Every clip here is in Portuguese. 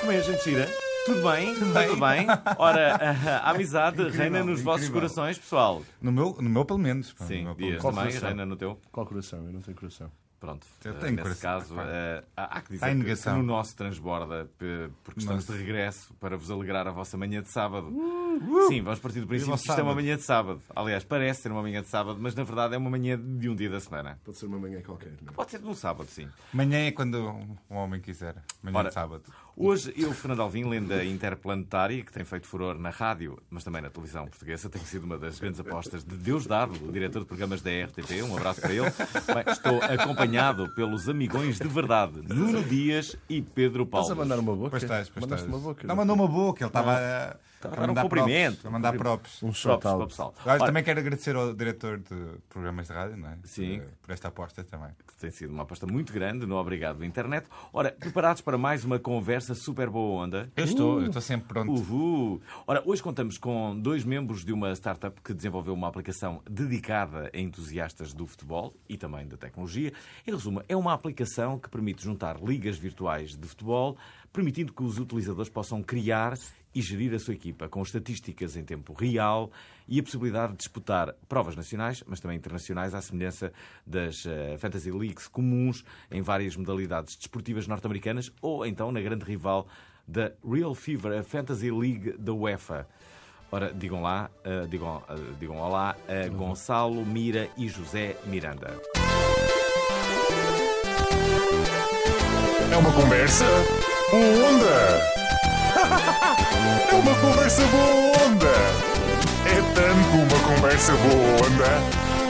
Como é, gente gira? Tudo bem? Tudo bem? Ora, a, a amizade reina nos vossos incrível. coração, corações, pessoal. No meu, no meu pelo menos. pá, no Sim, meu, pelo dias menos. também, Confusão. reina no teu. Qual coração? Eu não tenho coração. Pronto, Eu eh, tenho nesse coração, caso, pá. eh, há há que dizer Está em que- que negação. no nosso transborda, pe- porque estamos Nossa. de regresso para vos alegrar a vossa manhã de sábado. Uh, Sim, vamos partir do princípio Viva o que isto é uma sábado. manhã de sábado. Aliás, parece ser uma manhã de sábado, mas na verdade é uma manhã de um dia da semana. Pode ser uma manhã qualquer, não é? Pode ser de um sábado, sim. Manhã é quando um homem quiser. Manhã Ora. de sábado. Hoje eu, Fernando Alvim, lenda interplanetária, que tem feito furor na rádio, mas também na televisão portuguesa, tem sido uma das grandes apostas de Deus Dardo, o diretor de programas da RTP. Um abraço para ele. Bem, estou acompanhado pelos amigões de verdade, Nuno Dias e Pedro Estás a Paulo. mandar uma boca? Pois estás, pois Mandaste estás. uma boca. Não mandou uma boca, ele estava a- a, a dar um mandar cumprimento, props, A mandar props. Um Props shot para o out. pessoal. Ah, eu Ora, também quero agradecer ao diretor de programas de rádio, não é? Sim. Por, por esta aposta também. que tem sido uma aposta muito grande no Obrigado da Internet. Ora, preparados para mais uma conversa super boa onda? Eu estou, eu estou sempre pronto. Uhul! Ora, hoje contamos com dois membros de uma startup que desenvolveu uma aplicação dedicada a entusiastas do futebol e também da tecnologia. Em resumo, é uma aplicação que permite juntar ligas virtuais de futebol, permitindo que os utilizadores possam criar e gerir a sua equipa com estatísticas em tempo real e a possibilidade de disputar provas nacionais, mas também internacionais, à semelhança das eh, Fantasy Leagues comuns em várias modalidades desportivas norte-americanas ou então na grande rival da Real Fever, a Fantasy League da UEFA. Ora, digam lá, eh, digam, eh, digam olá a Gonçalo, Mira e José Miranda. É uma conversa boa onda. É uma conversa boa onda. É tanto uma conversa boa onda.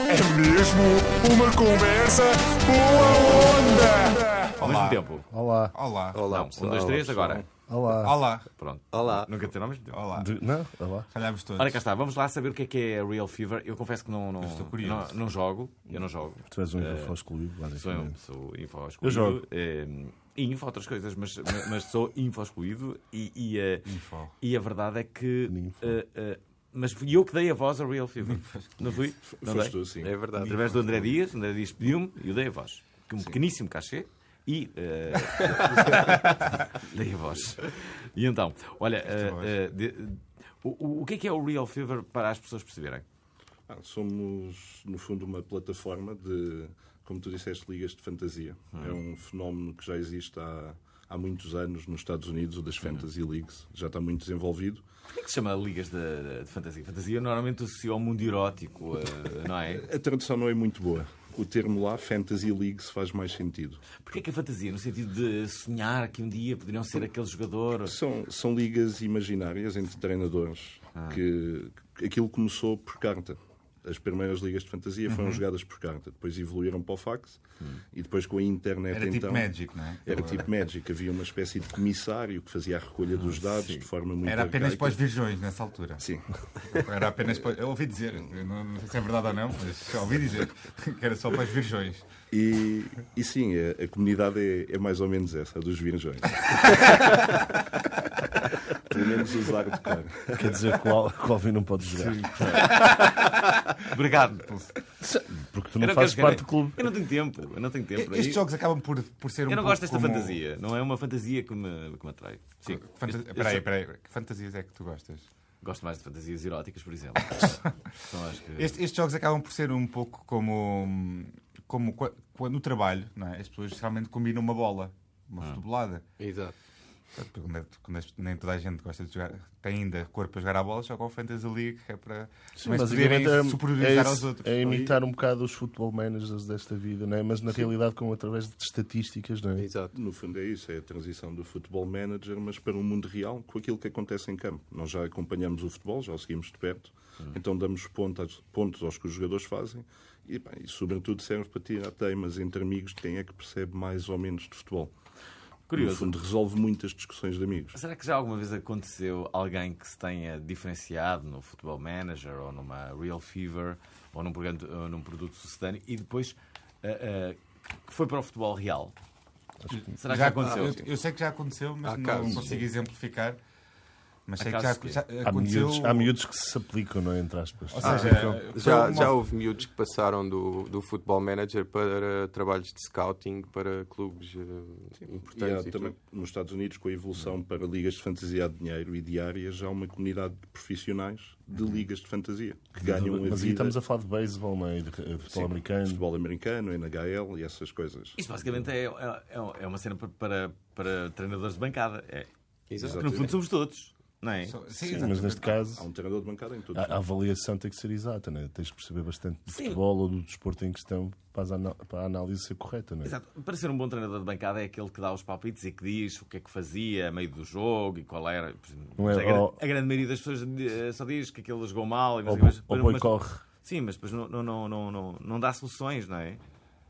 É mesmo uma conversa boa onda. Ao mesmo tempo. Olá. Olá. Olá, Não, um, pessoal. dois, três, Olá, agora. Olá. Olá. Pronto. Olá. Nunca disseram ao mesmo tempo. Olá. De- Não? Olá. Falhámos todos. Ora, cá está, vamos lá saber o que é que é a Real Fever. Eu confesso que não, não, estou curioso. não, não jogo, eu não jogo. Tu és um infofós É. clube, Sou, eu, basicamente. sou info excluído. Eu jogo. eh, e info outras coisas, mas, mas- mas sou info excluído e, e, eh, Info. e a verdade é que. Ninfo. eh, eh, mas fui eu que dei a voz ao Real Fever. Não fui? Não Foste dei? tu, sim. É verdade. Através do André Dias, o André Dias pediu-me e eu dei a voz. Que Um pequeníssimo cachê e. eh, dei a voz. E então, olha, eh, voz. eh, de- o, o- o que é que é o Real Fever para as pessoas perceberem? Ah, somos, no fundo, uma plataforma de, como tu disseste, ligas de fantasia. Hum. É um fenómeno que já existe há, há muitos anos nos Estados Unidos, o das Fantasy Leagues. Já está muito desenvolvido. Porquê é que se chama Ligas de, de Fantasia? Fantasia normalmente associa ao mundo erótico, eh, não é? A tradução não é muito boa. O termo lá, Fantasy Leagues, faz mais sentido. Porquê é que a fantasia? No sentido de sonhar que um dia poderiam ser aquele jogador. São, são ligas imaginárias entre treinadores. Ah. Que, que aquilo começou por carta. As primeiras ligas de fantasia foram Uhum. jogadas por carta. Depois evoluíram para o fax. E depois com a internet, Hum. Era então... tipo Magic, não é? Era tipo Magic, havia uma espécie de comissário que fazia a recolha dos dados de forma muito Ah, Era apenas arcaica. para os virgões nessa altura. Sim, Era apenas para. Eu ouvi dizer, eu não, não sei se é verdade ou não, mas ouvi dizer que era só para os virgões. e, e sim, a, a comunidade é, é mais ou menos essa, a dos virgões. Pelo menos usar de cara. Quer dizer que o Al- que o Alvin não pode jogar. Obrigado. Porque tu Eu não não fazes quero parte do jogar. clube. Eu não tenho tempo. Eu não tenho tempo. para Estes ir. jogos acabam por, por ser um É Eu não pouco gosto desta como- fantasia. Não é uma fantasia que me, que me atrai. Sim. Fanta- Este- Peraí, este- peraí. Que fantasias é que tu gostas? Gosto mais de fantasias eróticas, por exemplo. São as que. Este- estes jogos acabam por ser um pouco como, como Ah. qua- qua- no trabalho, não é? As pessoas realmente combinam uma bola, uma futebolada. Exato. Portanto, quando- quando as- nem toda a gente gosta de jogar, tem ainda cor para jogar à bola, joga ao Fantasy League, que é para mas poderem é- é, superiorizar esse- aos outros. é imitar um bocado os futebol managers desta vida, não é? mas na realidade com através de estatísticas, não é? Exato. No fundo é isso, é a transição do futebol manager, mas para um mundo real, com aquilo que acontece em campo. Nós já acompanhamos o futebol, já o seguimos de perto, Uhum. então damos pontos, pontos aos que os jogadores fazem e, pá, e, sobretudo, serve para tirar teimas entre amigos de quem é que percebe mais ou menos de futebol. No Curioso. fundo, resolve muitas discussões de amigos. Será que já alguma vez aconteceu alguém que se tenha diferenciado no Futebol Manager ou numa Real Fever ou num, programa- ou num produto sucedâneo e depois ah, ah, que foi para o futebol real? Será que já aconteceu? Eu, eu sei que já aconteceu, mas Há não casos, consigo exemplificar. Mas sei que já, casos que- é. já é. Há aconteceu. miúdos, há miúdos que se aplicam, não é? Entre aspas. Ou seja, foi Já, Então, uma- já houve miúdos que passaram do, do futebol manager para trabalhos de scouting para clubes eh, E há importantes. e também tudo. nos Estados Unidos, com a evolução Uhum. para ligas de fantasia de dinheiro e diárias, já há uma comunidade de profissionais de ligas de fantasia que ganham a Uhum. mas aí vida estamos a falar de beisebol, não é? E de, de futebol Sim, americano. futebol americano, NHL e essas coisas. Isto basicamente é, é, é uma cena para, para, para treinadores de bancada. É, Exato. que no fundo somos todos, não é? Só- sim, Sim, mas exatamente. neste Há caso, um treinador de bancada em tudo. Ah, a, a avaliação tem que ser exata, não é? Tens que perceber bastante do Sim. futebol ou do desporto em questão para, as ana- para a análise ser correta, não é? Exato. Para ser um bom treinador de bancada é aquele que dá os palpites e que diz o que é que fazia a meio do jogo e qual era. Por exemplo, Não é a, gra- ao- a grande maioria das pessoas eh, só diz que aquele jogou mal. e não Ou, sei o quê, ou mas- boi mas- corre. Sim, mas depois não, não, não, não, não, não dá soluções, não é?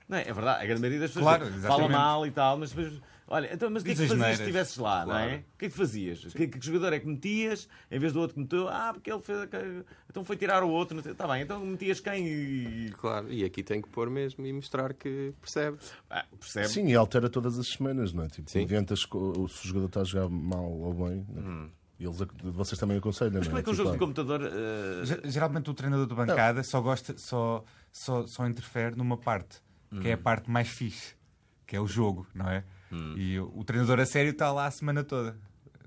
Não é? É verdade, a grande maioria das pessoas Claro, fala exatamente. mal e tal, mas depois. Olha, então, mas o que é que Diz fazias asneiras. se estivesses lá, não é? Claro. O que é que fazias? Que, que jogador é que metias em vez do outro que meteu? Ah, porque ele fez. aquele- Então foi tirar o outro. Está bem, então metias quem e. Claro, e aqui tem que pôr mesmo e mostrar que percebe. Ah, percebe? Sim, e altera todas as semanas, não é? Tipo, Sim. adiantas co- o- se o jogador está a jogar mal ou bem. não é? E Eles, ac- vocês também aconselham, Hum. Mas não como é? é que um jogo de Tipo, computador. eh, Ge- Geralmente o treinador de bancada só gosta, só, só, só interfere numa parte, que Hum. é a parte mais fixe, que é o jogo, não é? E o o treinador a sério está lá a semana toda,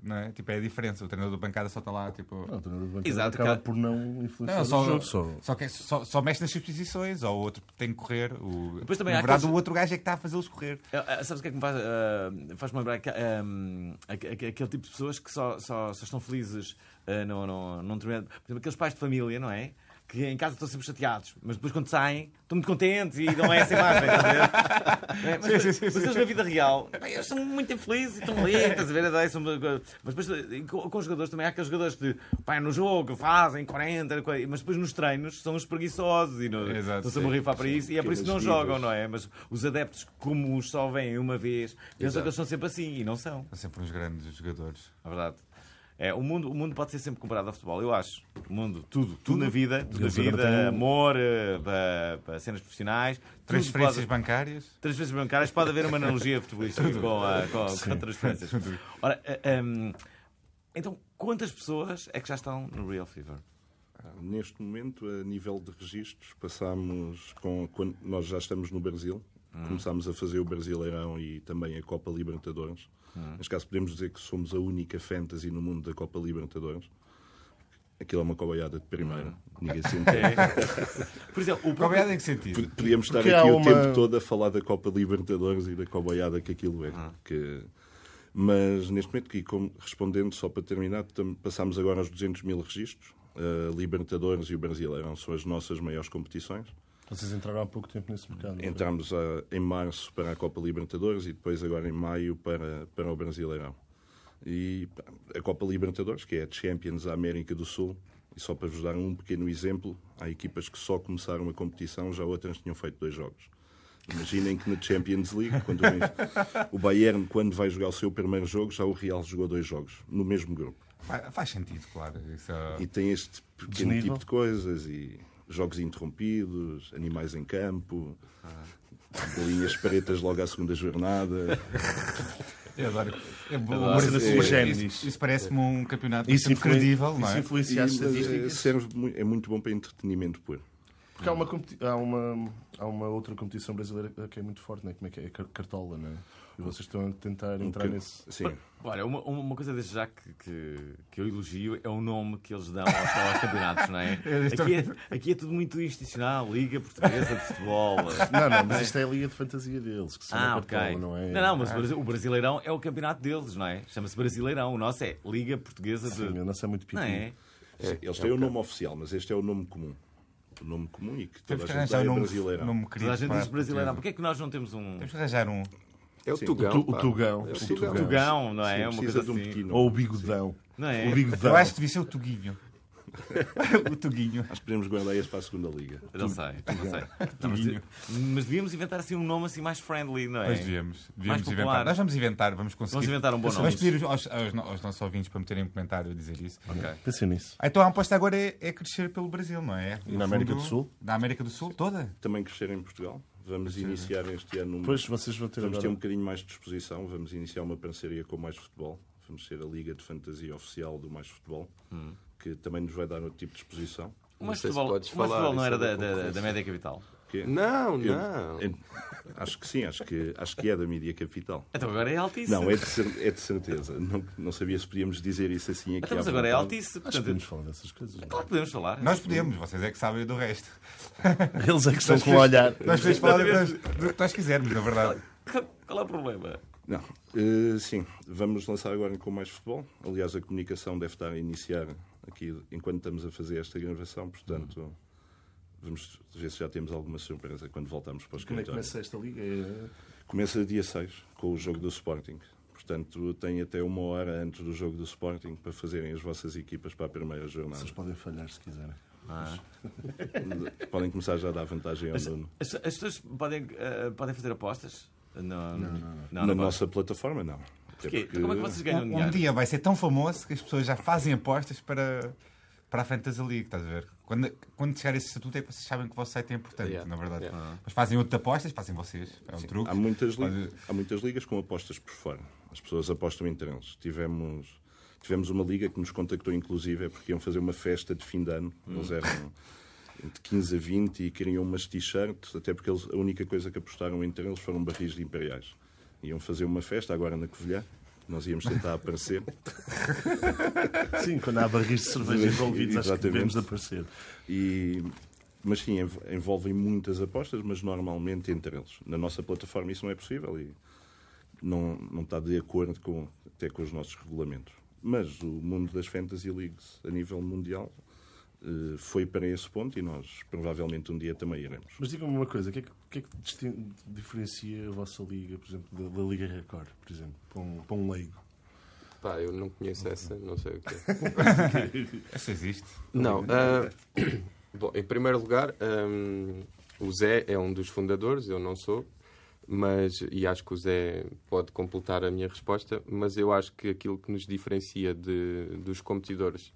não é? Tipo, é a diferença. O treinador de bancada só está lá, tipo. ah, o treinador de bancada Exato, acaba cara. por não influenciar Não, só, o jogo. Só. só, que- só- só mexe nas substituições, ou o outro tem que correr. O... Depois também Na há verdade, aqueles- o outro gajo é que está a fazê-los correr. Ah, ah, Sabes o que é que me faz, ah, faz-me lembrar que, ah, hum, aque- aque- aquele tipo de pessoas que só, só, só estão felizes ah, num- num- num determinado. Por exemplo, aqueles pais de família, não é? Que em casa estão sempre chateados, mas depois quando saem estão muito contentes e dão essa imagem, estás a ver? Não é? mas, sim, sim, mas eles na vida real, bem, eles são muito infelizes e estão ali, estás a ver? Daí são- Mas depois eh, com, com os jogadores também há aqueles jogadores que pá, no jogo fazem 40, 40, mas depois nos treinos são os preguiçosos e no, Exato, estão-se a sim. morrer para isso e é por isso que não Pequenas divas. jogam, não é? Mas os adeptos, como os só vêm uma vez, pensam que eles são sempre assim e não são, São sempre uns grandes jogadores. na verdade. É, o, mundo, o mundo pode ser sempre comparado ao futebol, eu acho. O mundo, tudo, tudo, na vida, tudo na Eles agora vida, têm- amor, eh, para, para cenas profissionais, tudo Transferências pode- bancárias. transferências bancárias, pode haver uma analogia futebolística com, a, com, com transferências. Ora, eh, hum, então, quantas pessoas é que já estão no Real Fever? um Neste momento, a nível de registros, passámos com. Quando nós já estamos no Brasil, começámos a fazer o Brasileirão e também a Copa Libertadores. Neste caso, podemos dizer que somos a única fantasy no mundo da Copa Libertadores. Aquilo é uma cobaiada de primeira. Ninguém se entende. Por exemplo, o Qual próprio- é em que sentido? Podíamos estar Porque há aqui o uma- tempo todo a falar da Copa Libertadores e da cobaiada que aquilo é. Que... Mas neste momento, e como respondendo, só para terminar, tam- passámos agora aos 200 mil registros. A Libertadores e o Brasileirão são as nossas maiores competições. Vocês entraram há pouco tempo nesse mercado. não é? Entramos ah, em março para a Copa Libertadores e depois agora em maio para, para o Brasileirão. E pá, a Copa Libertadores, que é a Champions da América do Sul, e só para vos dar um pequeno exemplo, há equipas que só começaram a competição, já outras tinham feito dois jogos. Imaginem que na Champions League, quando vem- o Bayern, quando vai jogar o seu primeiro jogo, já o Real jogou dois jogos, no mesmo grupo. Fa- Faz sentido, claro. Isso é- E tem este pequeno Desnível. tipo de coisas e jogos interrompidos, animais em campo, bolinhas pretas logo à segunda jornada. Eu adoro. É bom. Adoro. Isso- Sui generis. Isso, isso parece-me um campeonato Isso, bastante influi... credível, não Isso é? influencia as E, mas, é, estatísticas. serve, mu- é muito bom para entretenimento puro. Porque há uma, competi- há, uma, há uma outra competição brasileira que é muito forte, não é? Como é que é? A car- Cartola, não é? E vocês estão a tentar entrar que- nesse. Sim. Olha, uma, uma coisa desde já que, que, que eu elogio é o nome que eles dão aos, aos campeonatos, não é? Aqui, é? aqui é tudo muito institucional, Liga Portuguesa de Futebol. Não, não, mas isto é a liga de fantasia deles, que se Ah, chama ok. Cartola, não é? Não, não, mas o Brasi- o Brasileirão é o campeonato deles, não é? Chama-se Brasileirão. O nosso é Liga Portuguesa Sim, de. o nosso é muito pipi. Não é? Sim, Eles têm o nome oficial, mas este é o nome comum. O nome comum e que toda Temos a que gente arranjar dá um é nome, brasileirão. nome querido. Toda a gente para diz Brasileirão. portuguesa. Porquê é que nós não temos um Temos que arranjar um. É o Sim, o Tugão. Tu- o pá. Tugão. É o o Tugão. Tugão. Tugão, não é? Sim, é uma precisa coisa de um assim. pequeno. Ou o bigodão. Não é? O Eu bigodão. acho que devia ser o Tuguinho. o Tuguinho. Acho que podemos guardar esse para a segunda liga. Eu Não sei, eu não sei. Não, mas, de- mas devíamos inventar assim um nome assim mais friendly, não é? Pois devíamos, devíamos popular. inventar. Nós vamos inventar, vamos conseguir. Vamos inventar um bom Vamos nome. pedir aos, aos no- aos nossos ouvintes para meterem um comentário a dizer isso. Pensem nisso. Ah, Então a aposta agora é, é crescer pelo Brasil, não é? E na América do Sul? Na América do Sul toda. Também crescer em Portugal. Vamos iniciar este ano. um- Depois vocês vão ter Vamos ter agora. um bocadinho mais de disposição, vamos iniciar uma parceria com o Mais Futebol. Vamos ser a Liga de Fantasia Oficial do Mais Futebol, que também nos vai dar outro tipo de exposição. Não Mas sei se futebol, podes mas falar, futebol não isso era é da, da da, da concorrência. média capital. Que- Não, Eu- não. eu- acho que sim, acho que, acho que é da mídia capital. Então agora é altíssimo. Não, é de, cer- é de certeza. Não, não sabia se podíamos dizer isso assim aqui. Então, à mas agora é vontade. altíssimo. Acho Portanto, que podemos falar dessas coisas. não claro que podemos falar. Nós podemos, vocês é que sabem do resto. é? Eles é que estão com o olhar. Nós podemos falar do do que nós quisermos, na verdade. Qual é o problema? Não. Eh, sim, vamos lançar agora com mais futebol. Aliás, a comunicação deve estar a iniciar aqui enquanto estamos a fazer esta gravação, portanto, vamos ver se já temos alguma surpresa quando voltamos para os Como é que escritório. começa esta liga? É- Começa dia 6 com o jogo do Sporting. Portanto, tem até uma hora antes do jogo do Sporting para fazerem as vossas equipas para a primeira jornada. Vocês podem falhar se quiserem. Podem começar já a dar vantagem ao Nuno. As, as pessoas podem, eh, podem fazer apostas? Não, não, não. Na podem. nossa plataforma, não. Até Porquê? Como é que vocês ganham Um, um dinheiro? dia vai ser tão famoso que as pessoas já fazem apostas para, para a Fantasy League, estás a ver? Quando, quando chegar esse estatuto é que vocês sabem que o vosso site é importante, Yeah, na verdade. yeah. Mas fazem outras apostas, fazem vocês. É um truque. Há muitas, li- Olha- há muitas ligas com apostas por fora. As pessoas apostam entre eles. Tivemos, tivemos uma liga que nos contactou, inclusive, é porque iam fazer uma festa de fim de ano. Eles eram entre 15 a 20 e queriam umas t-shirts, até porque eles, a única coisa que apostaram entre eles foram barris de imperiais. Iam fazer uma festa agora na Covilhã. Nós íamos tentar aparecer. Sim, quando há barris de cerveja envolvidos, acho que Exatamente. devemos de aparecer. E, mas sim, env- envolvem muitas apostas, mas normalmente entre eles. Na nossa plataforma isso não é possível e não, não está de acordo com, até com os nossos regulamentos. Mas o mundo das Fantasy Leagues a nível mundial eh, foi para esse ponto e nós provavelmente um dia também iremos. Mas digam-me uma coisa, o que é que, o que, é que distin- diferencia a vossa liga, por exemplo, da, da Liga Record, por exemplo, para um, para um leigo? Pá, eu não conheço essa, não sei o que é. Essa existe. Não. ah, bom, em primeiro lugar, hum, o Zé é um dos fundadores, eu não sou, mas e acho que o Zé pode completar a minha resposta, mas eu acho que aquilo que nos diferencia de, dos competidores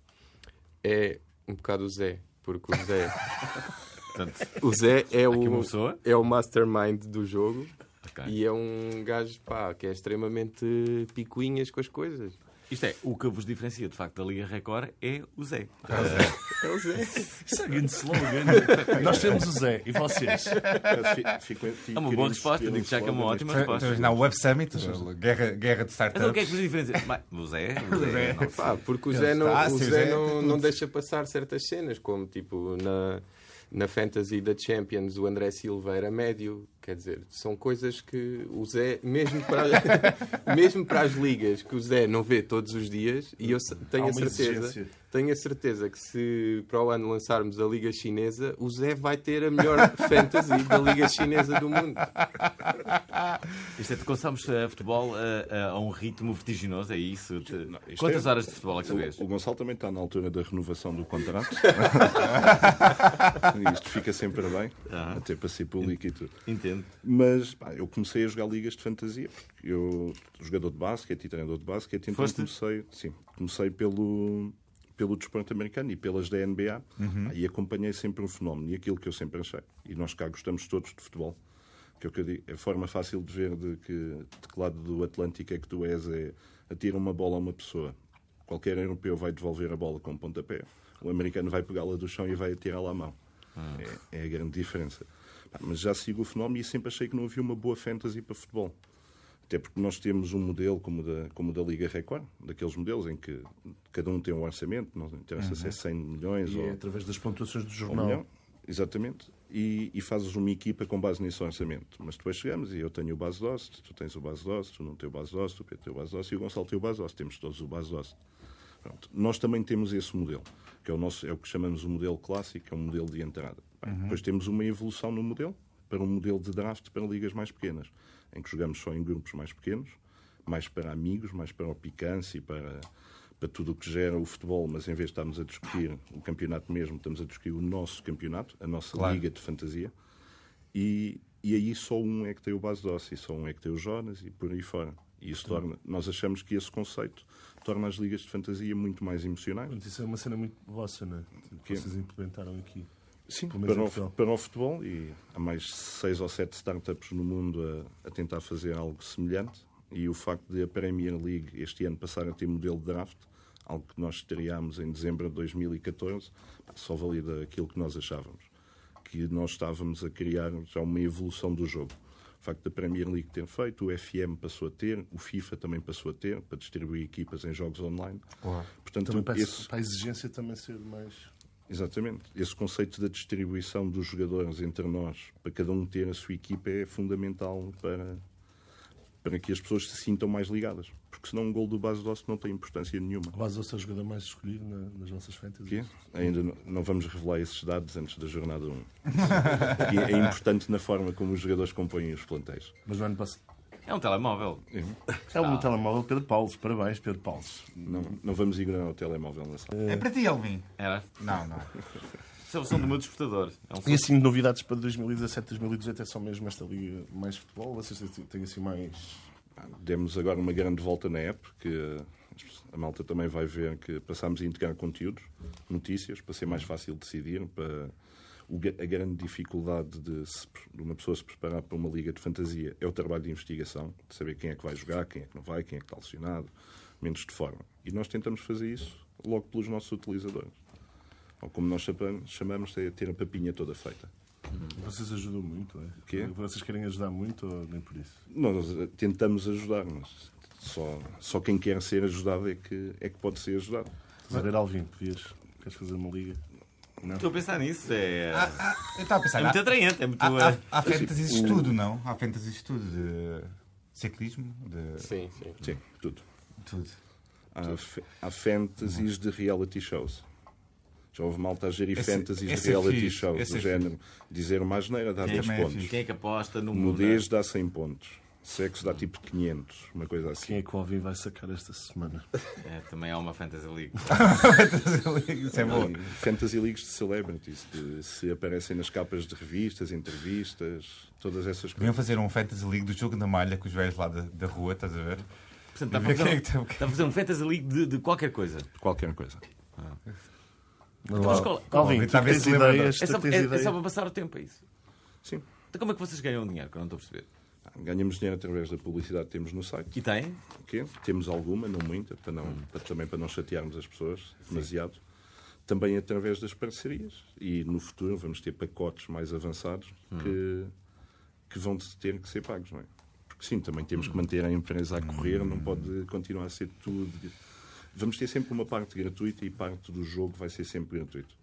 é um bocado o Zé, porque o Zé, Portanto, o Zé é aqui uma o pessoa. é o mastermind do jogo. Ok. E é um gajo pá, que é extremamente picuinhas com as coisas. Isto é, o que vos diferencia de facto da Liga Record é o Zé. É o Zé. Isso é grande slogan. Nós temos o Zé e vocês. É uma boa resposta, digo já que é uma ótima resposta. Estamos Então, na Web Summit, guerra, guerra de startups. Então o que é que vos diferencia? Bem, o Zé, o Zé, não Pá, porque É o Zé, um está, sim, não, o o Zé Zé não- tem tudo. não deixa passar certas cenas, como tipo na, na Fantasy da Champions o André Silva era médio. Quer dizer, são coisas que o Zé, mesmo para, mesmo para as ligas que o Zé não vê todos os dias, e eu se- tenho Há a uma certeza. exigência. Tenho a certeza que se para o ano lançarmos a Liga Chinesa, o Zé vai ter a melhor fantasy da Liga Chinesa do mundo. Isto é, de começamos a futebol a, a- a um ritmo vertiginoso, é isso? Te- isto Quantas é- horas de futebol é que tu vês? O Gonçalo também está na altura da renovação do contrato. Isto fica sempre bem, Ah. até para ser público e tudo. Entendo. Mas pá, eu comecei a jogar ligas de fantasia. porque Eu, jogador de basquete e treinador de basquete, então Foste? comecei, sim, comecei pelo, pelo desporto americano e pelas da NBA. Pá, E acompanhei sempre um fenómeno e aquilo que eu sempre achei. E nós cá gostamos todos de futebol. Que é o que eu digo, a forma fácil de ver de que de que lado do Atlântico é que tu és é atira uma bola a uma pessoa. Qualquer europeu vai devolver a bola com um pontapé. O americano vai pegá-la do chão e vai atirá-la à mão. É, é a grande diferença. Pá, Mas já sigo o fenómeno e sempre achei que não havia uma boa fantasy para futebol. Até porque nós temos um modelo como o da, como o da Liga Record, daqueles modelos em que cada um tem um orçamento, não interessa se é 100 milhões E é ou, através das pontuações do ou um jornal. milhão, exatamente, e, e fazes uma equipa com base nesse orçamento. Mas depois chegamos e eu tenho o base doce, tu tens o base doce, tu não tens o base doce, o Pedro tem o base doce e o Gonçalo tem o base doce, temos todos o base doce. Pronto. Nós também temos esse modelo, que é o, nosso, é o que chamamos o modelo clássico, é um modelo de entrada. Bem, Depois temos uma evolução no modelo, para um modelo de draft para ligas mais pequenas, em que jogamos só em grupos mais pequenos, mais para amigos, mais para o picância e para, para tudo o que gera o futebol, mas em vez de estarmos a discutir o campeonato mesmo, estamos a discutir o nosso campeonato, a nossa Claro. liga de fantasia, e, e aí só um é que tem o base doce, e só um é que tem o Jonas e por aí fora. E isso torna, nós achamos que esse conceito torna as ligas de fantasia muito mais emocionais. Portanto, isso é uma cena muito vossa, não é? Que Quê? vocês implementaram aqui. Sim, Pelo menos para em o, Portugal. para o futebol e há mais seis ou sete startups no mundo a, a tentar fazer algo semelhante e o facto de a Premier League este ano passar a ter modelo de draft, algo que nós estreámos em dezembro de 2014, pá, só valida aquilo que nós achávamos, que nós estávamos a criar já uma evolução do jogo. O facto da Premier League ter feito, o FM passou a ter, o FIFA também passou a ter, para distribuir equipas em jogos online. Claro. Portanto, Também para, a- esse- para a exigência também ser mais. Exatamente. Esse conceito da distribuição dos jogadores entre nós, para cada um ter a sua equipa, é fundamental para, para que as pessoas se sintam mais ligadas. Porque senão um gol do base doce não tem importância nenhuma. O Vaso é o jogador mais escolhido na- nas nossas fantasias. Porquê? Ainda não, não vamos revelar esses dados antes da jornada 1. Porque é importante na forma como os jogadores compõem os plantéis. Mas no ano passado. É um telemóvel. É um telemóvel Pedro Paulo. Parabéns, Pedro Paulo. Não, não vamos ignorar o telemóvel na sala. É para ti, Alvin. Era. Não, não. Isso é o som do meu despertador. É um som- E assim, de novidades para 2017, 2018 é só mesmo esta liga mais futebol? Vocês têm- têm assim mais. Demos agora uma grande volta na app, que eh, a malta também vai ver que passámos a integrar conteúdos, notícias, para ser mais fácil decidir, para o ga- a grande dificuldade de, se pre- de uma pessoa se preparar para uma liga de fantasia é o trabalho de investigação, de saber quem é que vai jogar, quem é que não vai, quem é que está lesionado, menos de forma. E nós tentamos fazer isso logo pelos nossos utilizadores. Ou como nós chapa- chamamos, é ter a papinha toda feita. Vocês ajudam muito, é? Quê? Vocês querem ajudar muito ou nem por isso? Nós eh, tentamos ajudar, mas só, só quem quer ser ajudado é que, é que pode ser ajudado. Estás a ver, Alvin, podias, queres fazer uma liga? Estou a pensar nisso. É, Ah, eu estava a pensar. é muito atraente. É muito. Há, há, eh, há fantasies de tudo, não? Há fantasies de tudo. De ciclismo, de Sim, sim. Sim, tudo. tudo. Há, fa- há fantasies de reality shows. Já houve malta a gerir Esse- fantasies esse de é reality fixe, shows, esse do é género. Dizer uma asneira dá 10 também é pontos. fixe. Quem é que aposta no mundo? Nudez dá 100 pontos. Sexo dá tipo 500, uma coisa assim. Quem é que o Alvin vai sacar esta semana? É, também é uma Fantasy League. Isso é bom. E Fantasy leagues de celebrities, de- se aparecem nas capas de revistas, entrevistas, todas essas Deviam coisas. fazer um Fantasy League do jogo da malha com os velhos lá da, da rua, estás a ver? Portanto, está a Vê fazer, quem é que tem- está a fazer um Fantasy League de, de qualquer coisa. É Qualquer coisa. Mas qual- Alvin, tu Está a que ver tens se lembra ideias, É só, tu que é, tens é só ideias. para passar o tempo, é isso. Sim. Então como é que vocês ganham dinheiro? Que eu não estou a perceber. Ganhamos dinheiro através da publicidade que temos no site. E tem? Ok? Temos alguma, não muita, para não, para- também para não chatearmos as pessoas demasiado. Também através das parcerias. E no futuro vamos ter pacotes mais avançados Hum. que, que vão ter que ser pagos, não é? Porque sim, também temos Hum. que manter a empresa a correr, não pode continuar a ser tudo. Vamos ter sempre uma parte gratuita e parte do jogo vai ser sempre gratuito.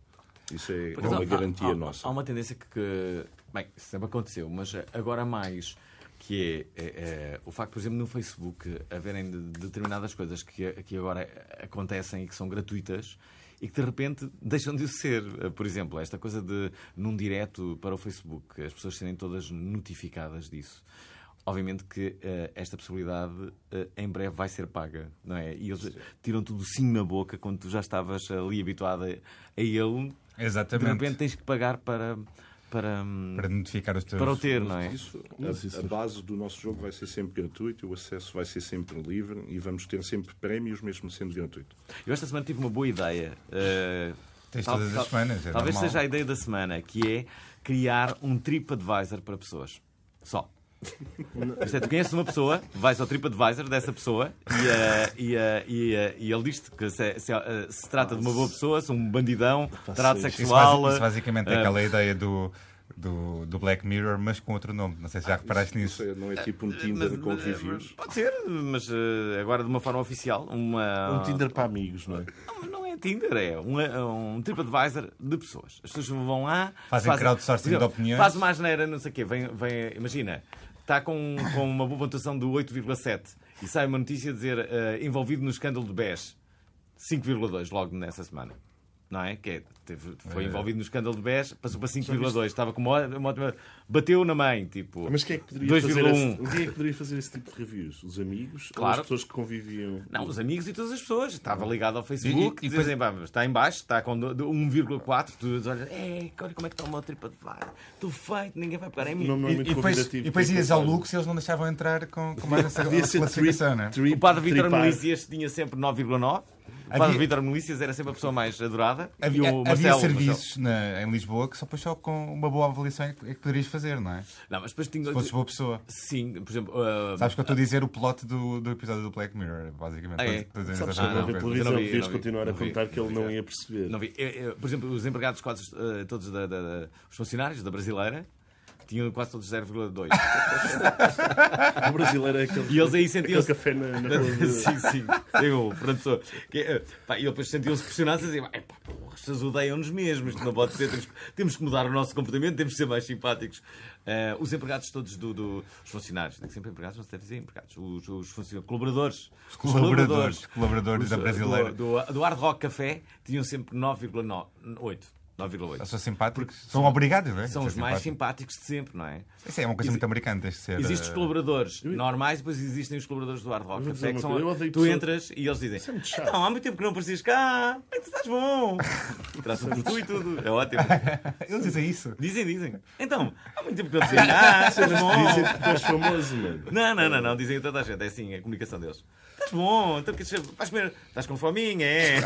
Isso é Por acaso, uma há- garantia há- nossa. Há uma tendência que, que- Bem, isso sempre aconteceu, mas agora há mais. Que é, é, é, o facto, por exemplo, no Facebook haverem de- determinadas coisas que, que agora acontecem e que são gratuitas e que de repente deixam de o ser. Eh, Por exemplo, esta coisa de num direto para o Facebook as pessoas serem todas notificadas disso. Obviamente que eh, esta possibilidade eh, em breve vai ser paga, não é? E eles tiram tudo sim na boca quando tu já estavas ali habituada a ele de Exatamente. repente tens que pagar para, para, Para notificar os teus. para o ter, não é? Isso, a, a base do nosso jogo vai ser sempre gratuito, o acesso vai ser sempre livre e vamos ter sempre prémios, mesmo sendo gratuito. Eu esta semana tive uma boa ideia. eh, Tens todas as semanas, é Talvez normal. seja a ideia da semana, que é criar um TripAdvisor para pessoas. Só. Isto é, tu conheces uma pessoa, vais ao TripAdvisor dessa pessoa e, eh, e, eh, e, eh, e ele diz-te que se, se, eh, se trata de uma boa pessoa, se um bandidão, tarado isso- Isso, basi- sexual. isso basicamente é eh, aquela ideia do. do, do Black Mirror, mas com outro nome. Não sei se já reparaste Não nisso. sei, Não é tipo um Tinder Ah, Mas- eh, com reviews. Pode ser, mas eh, agora de uma forma oficial. Uma... Um Tinder para amigos, não é? Não, não é Tinder, é um, é um TripAdvisor de pessoas. As pessoas vão lá... Fazem crowdsourcing por exemplo, de opiniões. Faz uma asneira, não sei o quê. Vem, vem, imagina, está com, com uma boa pontuação de 8,7 e sai uma notícia a dizer eh, envolvido no escândalo de BES. 5,2 logo nessa semana. Não é? Que é, teve- foi envolvido no escândalo de BES, passou para 5,2. Estava com uma, ó- uma ótima- Bateu na mãe, tipo... Mas quem é que poderia 2,1. fazer esse, quem é que poderia fazer esse tipo de reviews? Os amigos ou Claro. as pessoas que conviviam? Não, os amigos e todas as pessoas. Estava ligado ao Facebook, Uhum. E- e- e dizem, pá, mas está em baixo, está com do- do 1,4, tu olhas, é, olha como é que está o meu TripAdvisor, estou feito, ninguém vai parar em mim. Não, não é E, muito e depois, e convidativo. depois Tem ias ao coisa. Lux e eles não deixavam entrar com, com mais essa Podia ser classificação, não é? trip- O padre Vítor tripar. Melícias tinha sempre 9,9. O padre Havia- Vítor Melícias era sempre a pessoa mais adorada. Havia, e o havia Marcelo, serviços na- em Lisboa que só depois só com uma boa avaliação é que, é que poderias fazer, não é? Se Marcelo. Não, mas depois tinha. fosses boa pessoa. Sim, por exemplo. ah, Sabes que eu estou a dizer o plot do, do episódio do Black Mirror, basicamente. Ah, é? Estou a dizer Sabes que Ah, eu exatamente não, a não vi mesma coisa. televisão, não vi, devias não vi, continuar a não vi, contar que ele não vi. ia perceber. Não vi. Eu, eu, por exemplo, os empregados quase eh, todos da, da- da- os funcionários da brasileira tinham quase todos 0,2. O brasileiro é aquele, E eles aí aquele sentiam-se. café na, na rua de- sim, sim. Eu, professor. Que, eh, pá, e eles depois sentiam-se pressionados a dizer: "Epá, porra, as pessoas odeiam-nos mesmo, isto não pode ser, temos, temos que mudar o nosso comportamento, temos que ser mais simpáticos. Eh, os empregados todos do. do- os funcionários, digo sempre empregados, não se deve dizer empregados, os, os funcionários, colaboradores. Os Colaboradores, colaboradores da Os, eh, brasileira. Do, do, do Hard Rock Café tinham sempre 9,8. 9,8. Eles são simpáticos. São obrigados, não é? São Ser os mais simpático. simpáticos de sempre, não é? Isso é uma coisa muito americana, tens de ser. Existem os eh, colaboradores normais, depois existem os colaboradores do Hard Rock. Vou dizer Café, que uma são- coisa, eu odeio tu pessoas- entras e eles dizem: é muito chato. Então, há muito tempo que não apareces cá, é que tu estás bom. E Traçam por tu e tudo. É ótimo. Eles dizem isso. Dizem, dizem. Então, há muito tempo que não apareces cá, estás Dizem bom. que tu és famoso, mano. Não, não, não, não, dizem a toda a gente. É assim a comunicação deles. Estás bom, então, queres- vais comer. Estás com fominha, é.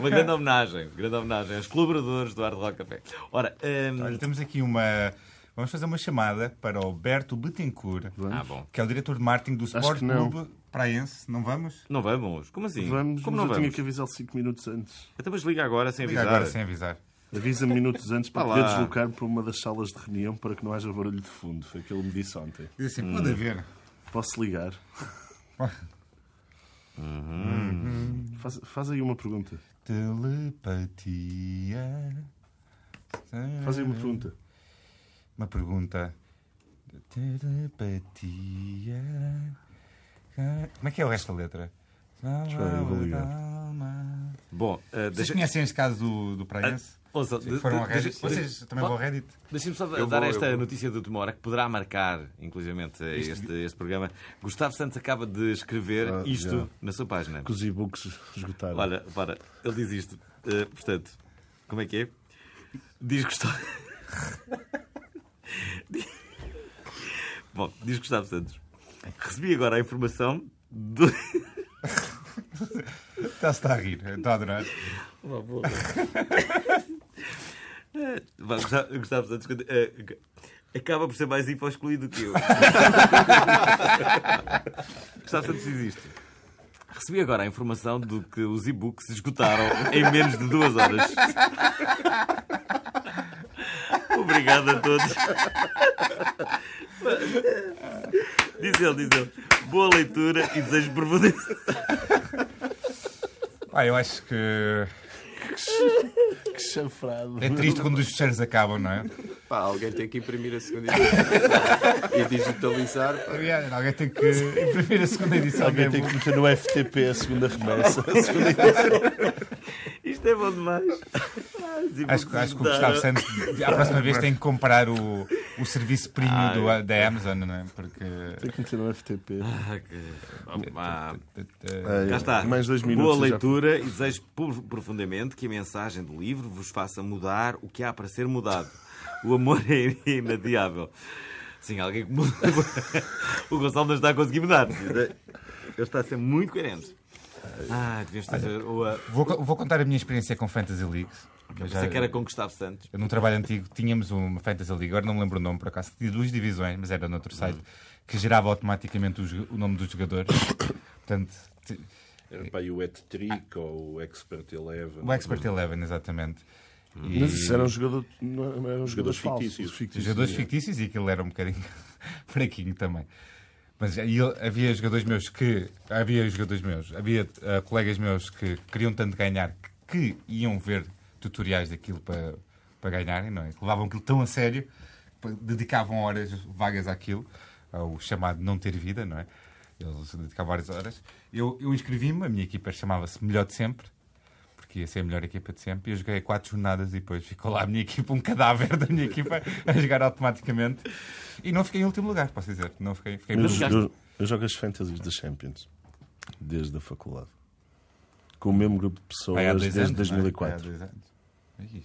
Uma grande homenagem, grande homenagem aos colaboradores do Hard Rock Café. Ora, hum, Olha, temos aqui uma. Vamos fazer uma chamada para o Berto Betancourt, Ah, bom. que é o diretor de marketing do Sport que não. Clube Praense. Não vamos? não vamos? Como assim? Vamos, Como não mas eu vamos? tinha que avisá-lo 5 minutos antes. Então, mas liga agora sem Liga avisar. agora sem avisar. Avisa-me minutos antes para Vá poder lá. deslocar para uma das salas de reunião para que não haja barulho de fundo. Foi aquilo que ele me disse ontem. Diz assim: pode haver. Posso ligar? Faz, faz aí uma pergunta. Telepatia. Faz aí uma pergunta. Uma pergunta. Telepatia. Como é que é o resto da letra? lá, eu vou ligar. Bom, eh, Vocês deixa... conhecem este caso do, do Praense? ouça, de- Foram ao de- deixa- Reddit? Vocês também Bom, vão ao Reddit? Deixa-me só Eu dar vou, eu esta vou. notícia do Tomora, que poderá marcar, inclusivamente, eh, este, este programa. Gustavo Santos acaba de escrever Ah, isto já. na sua página. Que os e-books esgotaram. Olha, para, ele diz isto. Eh, portanto, como é que é? Diz Gustavo. Bom, diz Gustavo Santos. Recebi agora a informação do. Está-se a rir, está a adorar. É, Vá, Gustavo, Gustavo Santos conti- eh, ac- acaba por ser mais info-excluído que eu. Gustavo Santos diz isto. Recebi agora a informação do que os e-books esgotaram em menos de duas horas. Obrigado a todos. Diz ele, diz ele. Boa leitura e desejo permanente. Pá, eu acho que que chanfrado. é triste quando os fecheiros acabam, não é? Pá, alguém tem que imprimir a segunda edição e digitalizar. pá. Alguém tem que imprimir a segunda edição Alguém tem mesmo. que meter no FTP a segunda remessa. Isto é bom demais. Ah, os e-books Acho, que- acho que o esgotaram. Gustavo Santos, à próxima vez, tem que comprar o, o serviço premium do- da Amazon, não é? Porque. Tem que meter no FTP. Ah, que- Ah, eh, Ai, Cá está. É, Mais dois Boa minutos. eu já- leitura e desejo por- profundamente que a mensagem do livro vos faça mudar o que há para ser mudado. O amor é inadiável. Sim, alguém que muda. O Gonçalo não está a conseguir mudar. Ele está a ser muito coerente. Ah, devias ter. ou a- Vou, co- vou contar a minha experiência com Fantasy Leagues. Eu já- Pensei que era com Gustavo Santos. Eu, num trabalho antigo, tínhamos uma Fantasy League, agora não me lembro o nome, por acaso, tinha duas divisões, mas era noutro site, que gerava automaticamente o, jo- o nome dos jogadores. Portanto, ti- Era pá, e o Hat Trick ou o Expert Eleven. o Expert Eleven, exatamente. E- Mas isso eram jogador, não, eram jogadores Jogadores falsos. fictícios. fictícios. jogadores é. fictícios e aquilo era um bocadinho fraquinho também. Mas aí ele- havia jogadores meus que. Havia jogadores meus, havia ah, colegas meus que queriam tanto ganhar que, que iam ver tutoriais daquilo para, para ganharem, não é? Que Levavam aquilo tão a sério, pa- dedicavam horas vagas àquilo, ao chamado não ter vida, não é? Eles dedicavam várias horas. Eu, eu inscrevi-me, a minha equipa chamava-se Melhor de Sempre, porque ia ser a melhor equipa de sempre. E eu joguei quatro jornadas e depois ficou lá a minha equipa, um cadáver da minha equipa, a jogar automaticamente. E não fiquei em último lugar, posso dizer. Não fiquei, fiquei Eu, mesmo. jogaste- eu- eu jogo as fantasies da Champions desde a faculdade. Com o mesmo grupo de pessoas Vai há dois desde anos, não é? 2004. Vai há dois anos. Ih,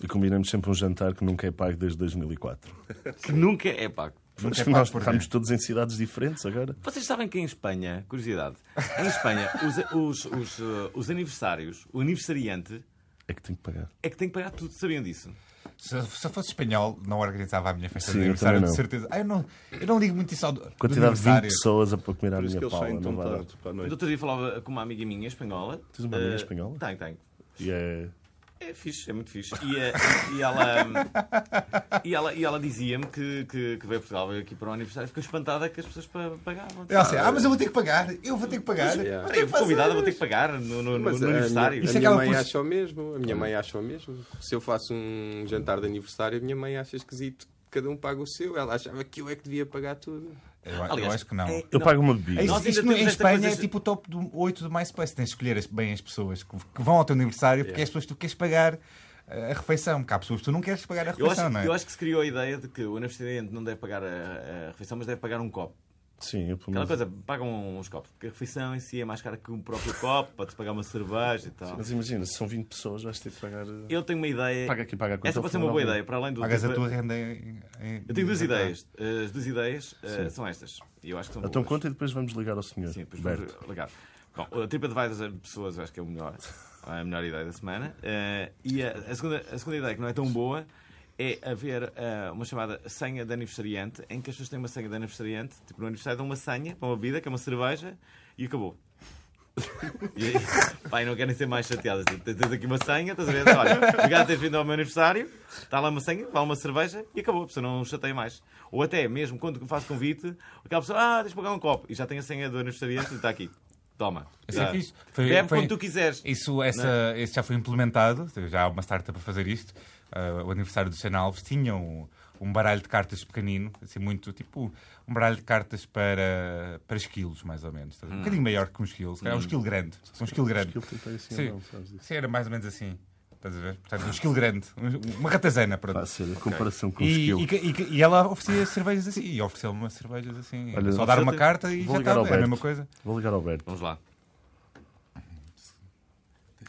E combinamos sempre um jantar que nunca é pago desde 2004. Que nunca é pago. Nunca é pago nós por estamos quê? todos em cidades diferentes agora. Vocês sabem que em Espanha, curiosidade, em Espanha, os, os, os, eh, os aniversários, o aniversariante É que tenho que pagar. é que tem que pagar tudo, sabiam disso? Se, se eu fosse espanhol, não organizava a minha festa Sim, de eu aniversário, também de não. certeza. Ah, eu, não, eu não ligo muito isso ao do, do Quantidade de 20 aniversário. pessoas a para comer à Por isso que minha eles saem pala. tão Não vai dar. tarde para a No noite. outro dia falava com uma amiga minha espanhola. Tens uma amiga Eh, espanhola? Tem, tem. E é. É fixe, é muito fixe. E, eh, e ela, e ela, e ela dizia-me que, que, que veio a Portugal, veio aqui para o aniversário e ficou espantada que as pessoas pa- pagavam. É, Eu assim, sei, ah, mas eu vou ter que pagar, eu vou ter que pagar. yeah. Mas Ei, tem que vou convidada, vou fazer. ter que pagar no, no, no- Mas no eh, a aniversário. eh, minha- é- Isso A minha acaba mãe por- acha o mesmo. A minha mãe acha o mesmo. Se eu faço um jantar de aniversário, a minha mãe acha esquisito. Cada um paga o seu. Ela achava que eu é que devia pagar tudo. Eu, eu Aliás, acho que não. é- Eu pago uma bebida. É isso, Nós ainda isto no- temos em esta Espanha coisa- é tipo o top do 8 do MySpace. Tens de escolher as- bem as pessoas que, que vão ao teu aniversário porque é as pessoas que tu queres pagar eh, a refeição. Porque há pessoas que tu não queres pagar a Eu refeição, acho, não é? eu acho que se criou a ideia de que o aniversariante não deve pagar a, a refeição, mas deve pagar um copo. Sim, eu pelo Aquela menos. coisa, pagam uns copos, porque a refeição em si é mais cara que um próprio copo, pode-se pagar uma cerveja e tal. Mas imagina, se são 20 pessoas, vais ter que pagar. eh, Eu tenho uma ideia. Paga aqui, paga a conta Esta ao pode ser uma final boa do ideia, para além do. tipo, Pagas a tua renda em. em- Eu tenho duas Uhum. em- ideias. As duas ideias eh, são estas. E eu acho que são Então boas. conta e depois vamos ligar ao senhor. Sim, depois Berto. vamos ligar. Bom, a TripAdvisor de pessoas eu acho que é o melhor, a melhor ideia da semana. Eh, e a, a segunda, a segunda ideia que não é tão boa é haver eh, uma chamada senha de aniversariante, em que as pessoas têm uma senha de aniversariante, tipo no aniversário dão uma senha para uma bebida, que é uma cerveja, e acabou. E aí, pai, não querem ser mais chateadas. Tipo, Tens aqui uma senha, estás a ver? Olha, obrigado por teres vindo ao meu aniversário, está lá uma senha, vá uma cerveja e acabou, a pessoa não chateia mais. Ou até mesmo quando faço convite, aquela pessoa, ah, deixa-me pagar um copo, e já tem a senha do aniversariante e está aqui. Toma. Isso Já. é fixe. Foi- Bebe foi- quando tu quiseres. Isso, essa, esse já foi implementado, já há uma startup a fazer isto. Ah, o aniversário do Xena Alves tinha um, um baralho de cartas pequenino, assim, muito tipo um baralho de cartas para, para esquilos, mais ou menos. Hum. Um bocadinho maior que um esquilo, se calhar um esquilo grande. Um esquilo grande. esquilo tem que ter assim, Sim. não, sabes disso. Sim, era mais ou menos assim. Estás a ver? Portanto, um esquilo grande, um- uma ratazana, pronto. Vai ser a comparação com o E, Um skill. e, que- e que- e ela oferecia cervejas assim, e ofereceu-me umas cervejas assim. Olha, Só dar uma ofereceu-te- carta e Vou já ligar ao estava, é a Berto. mesma coisa. Vou ligar ao Berto. Vamos lá.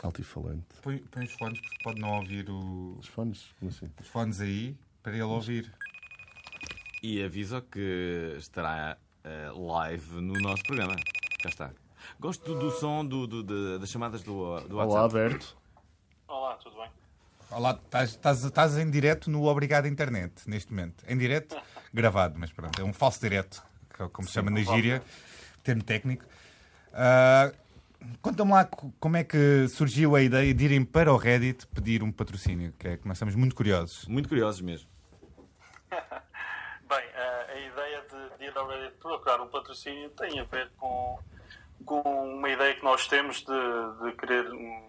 Altifalante. Põe, põe os fones porque pode não ouvir o, Os fones? Como assim? os fones aí para ele ouvir. E aviso que estará eh, live no nosso programa. Cá está. Gosto do som do, do- da- das chamadas do, do Olá, WhatsApp. Berto. Olá, tudo bem? Olá, estás- estás estás em direto no Obrigado Internet, neste momento. Em direto, gravado, mas pronto, é um falso direto, que é como se um chama na gíria, termo técnico. Ah, Conta-me lá co- como é que surgiu a ideia de irem para o Reddit pedir um patrocínio, que é que nós estamos muito curiosos. Muito curiosos mesmo. Bem, eh, a ideia de, de ir ao Reddit procurar um patrocínio tem a ver com, com uma ideia que nós temos de, de querer um,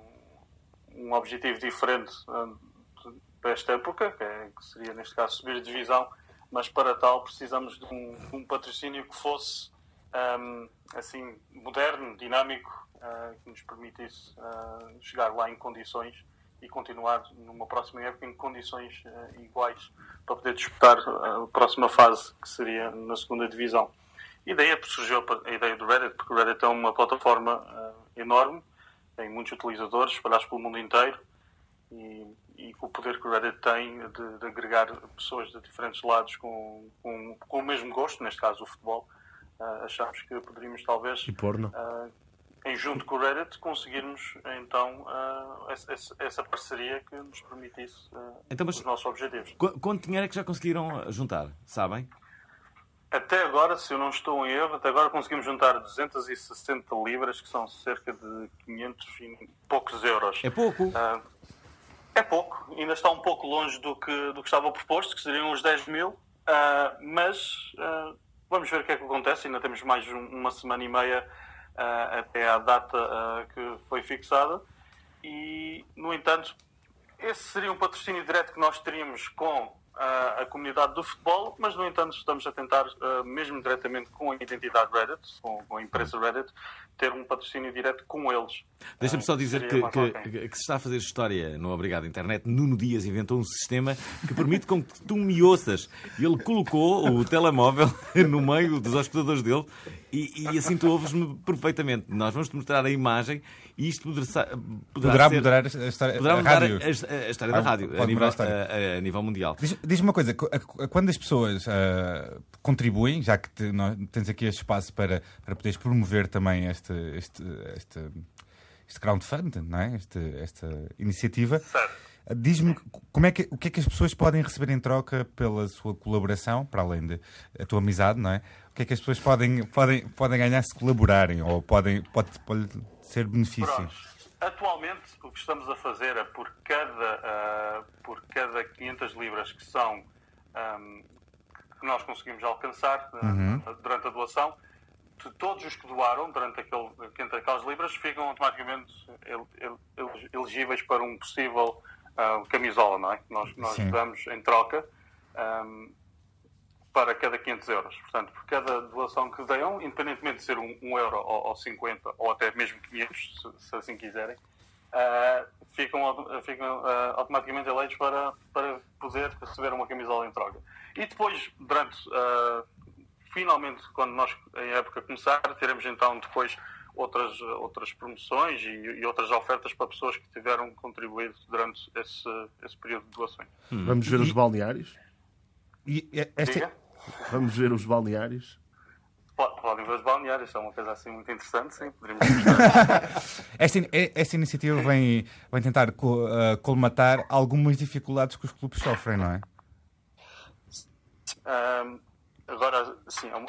um objetivo diferente eh, de- desta época, que, é- que seria neste caso subir a divisão, mas para tal precisamos de um, de um patrocínio que fosse ahm, assim moderno, dinâmico, ah, que nos permitisse ah, chegar lá em condições e continuar numa próxima época em condições ah, iguais para poder disputar ah, a próxima fase, que seria na segunda divisão. E daí é que surgiu a ideia do Reddit, porque o Reddit é uma plataforma ah, enorme, tem muitos utilizadores espalhados pelo mundo inteiro e, e com o poder que o Reddit tem de, de agregar pessoas de diferentes lados com, com, com o mesmo gosto, neste caso o futebol, ah, achamos que poderíamos talvez E porno? ah, em junto com o Reddit, conseguirmos então ah, essa- essa, essa parceria que nos permitisse ah, Então, mas- os nossos objetivos. Qu- Quanto dinheiro é que já conseguiram eh, juntar? Sabem? Até agora, se eu não estou em erro, até agora conseguimos juntar 260 libras, que são cerca de 500 e poucos euros. É pouco. Ah, É pouco, ainda está um pouco longe do que, do que estava proposto, que seriam os 10 mil, ah, mas ah, vamos ver o que é que acontece. Ainda temos mais um- uma semana e meia ah, até à data ah, que foi fixada, e no entanto, esse seria um patrocínio direto que nós teríamos com ah, a comunidade do futebol, mas no entanto, estamos a tentar, ah, mesmo diretamente com a identidade Reddit, com, com a empresa Reddit, ter um patrocínio direto com eles. Deixa-me só Ah, dizer que, seria mais que- alguém. que- que se está a fazer história no Obrigado Internet. Nuno Dias inventou um sistema que permite com que tu me ouças. E Ele colocou o telemóvel no meio dos escutadores dele e, e assim tu ouves-me perfeitamente. Nós vamos-te mostrar a imagem e isto poderá, poderá Poderá ser- mudar a história poderá a mudar rádio. a- a- a história da Ah, rádio pode a nível, mudar a história. a- a- a nível mundial. Diz- Diz-me uma coisa, co- a- a- quando as pessoas ah, contribuem, já que te- nós tens aqui este espaço para, para poderes promover também este, este, este, este crowdfunding, não é? Este- esta iniciativa, ah, diz-me co- como é que, o que é que as pessoas podem receber em troca pela sua colaboração, para além da tua amizade, não é? O que é que as pessoas podem, podem, podem ganhar se colaborarem ou podem, pode, pode ser benefício? Pronto. Atualmente, o que estamos a fazer é por cada, ah, por cada 500 libras que são ahm, que nós conseguimos alcançar ah, durante a doação, de todos os que doaram durante aquele, entre aquelas libras ficam automaticamente el- el- el- elegíveis para um possível ah, camisola, não é? Que nós, nós Sim. damos em troca. ahm, para cada 500 euros. Portanto, por cada doação que deem, independentemente de ser 1 um, um euro ou, ou 50 ou até mesmo 500, se, se assim quiserem, ah, ficam, auto- ficam ah, automaticamente eleitos para, para poder receber uma camisola em troca. E depois, durante, ah, finalmente, quando nós, em época começar, teremos então depois outras, outras promoções e, e outras ofertas para pessoas que tiveram contribuído durante esse, esse período de doações. Hum. Vamos ver os balneários. E e- esta, Diga? Vamos ver os balneários. Po- Podem ver os balneários, isso é uma coisa assim muito interessante, sim. Poderíamos Esta, in- e- esta iniciativa vem, vem tentar co- ah, colmatar algumas dificuldades que os clubes sofrem, não é? Ahm, agora, sim, é uma-